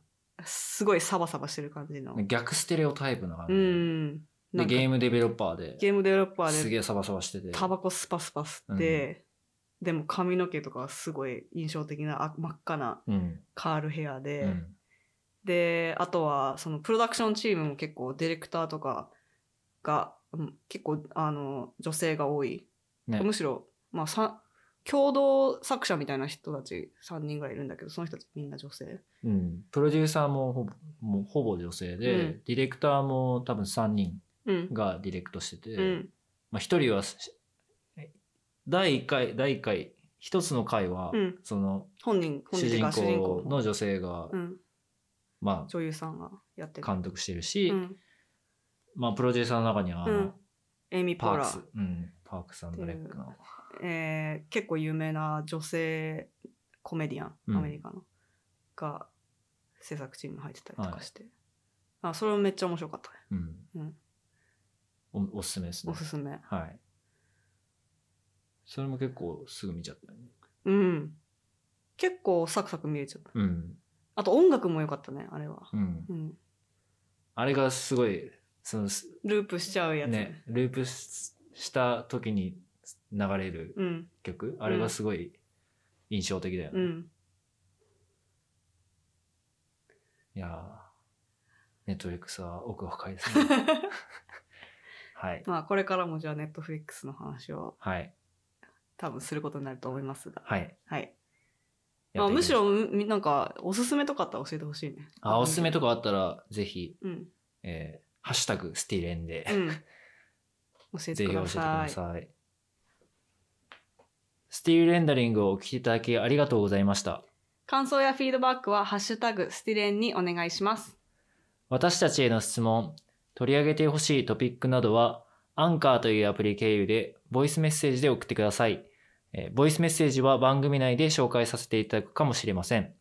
S1: すごいサバサバしてる感じの。
S2: 逆ステレオタイプな感
S1: う
S2: じ。
S1: んなんか
S2: で、ゲームデベロッパーで、
S1: ゲームデベロッパー
S2: す
S1: で
S2: げえサバサバしてて。
S1: タバコスパスパ吸って、でも髪の毛とかはすごい印象的なあ真っ赤な
S2: うん。
S1: カールヘアで、
S2: うん
S1: であとはそのプロダクションチームも結構ディレクターとかが、うん結構あの女性が多い、
S2: ね
S1: むしろ、まあ、さ共同作者みたいな人たち3人ぐらいいるんだけどその人たちみんな女性
S2: うん。プロデューサーもほぼもうほぼ女性で、
S1: うん
S2: ディレクターも多分3人
S1: うん、
S2: がディレクトしてて、
S1: うん
S2: まあ、1人は、し第1回、第1回、1つの回は、
S1: うん
S2: その
S1: 本人本
S2: 主
S1: 人という
S2: 人
S1: か主人公
S2: 公の女性が、
S1: うん、
S2: ま
S1: 女優さんがやって
S2: あ、
S1: る、
S2: 監督してるし、
S1: うん、
S2: まあ、プロデューサーの中には、あの
S1: うんエイミー・ポ
S2: パ
S1: ー
S2: ー
S1: ラ
S2: クス、うん、パークさんドレックの、
S1: えー結構有名な女性コメディア
S2: うん
S1: ンアメリカの、が制作チームに入ってたりとかして、あそれもめっちゃ面白かったね
S2: う
S1: う
S2: ん
S1: ん
S2: おおすすめですね
S1: おすすめ
S2: はいそれも結構すぐ見ちゃったよね
S1: うん結構サクサク見れちゃった
S2: うん
S1: あと音楽も良かったねあれは、
S2: うん
S1: うん、
S2: あれがすごいそのす
S1: ループしちゃうやつね
S2: ねループしした時に流れる
S1: うん
S2: 曲あれがすごい印象的だよね、
S1: う
S2: い
S1: ん
S2: やーネットフリックスは奥が深い ですねはい
S1: まあこれからもじゃあネットフリックスの話を
S2: はい
S1: 多分することになると思いますが
S2: はい
S1: はい、
S2: や
S1: ま
S2: っ
S1: あ、む
S2: ていきま
S1: し
S2: しょう
S1: ろみなんかおすすめとかあったら教えてほしいね
S2: あおすすめとかあったらぜひ、
S1: うん
S2: えーハッシュタグスティレンで、
S1: うん教え
S2: ぜ
S1: て
S2: ひ
S1: く
S2: 教
S1: だ
S2: えてく
S1: さ
S2: だ
S1: い
S2: さい。スティールレンダリングをお聞きいただきありがとうございました。
S1: 感想やフィードバックは「ハッシュタグスティレン」にお願いします。
S2: 私たちへの質問、取り上げてほしいトピックなどは、アンカーというアプリ経由で、ボイスメッセージで送ってください。えーボイスメッセージは番組内で紹介させていただくかもしれません。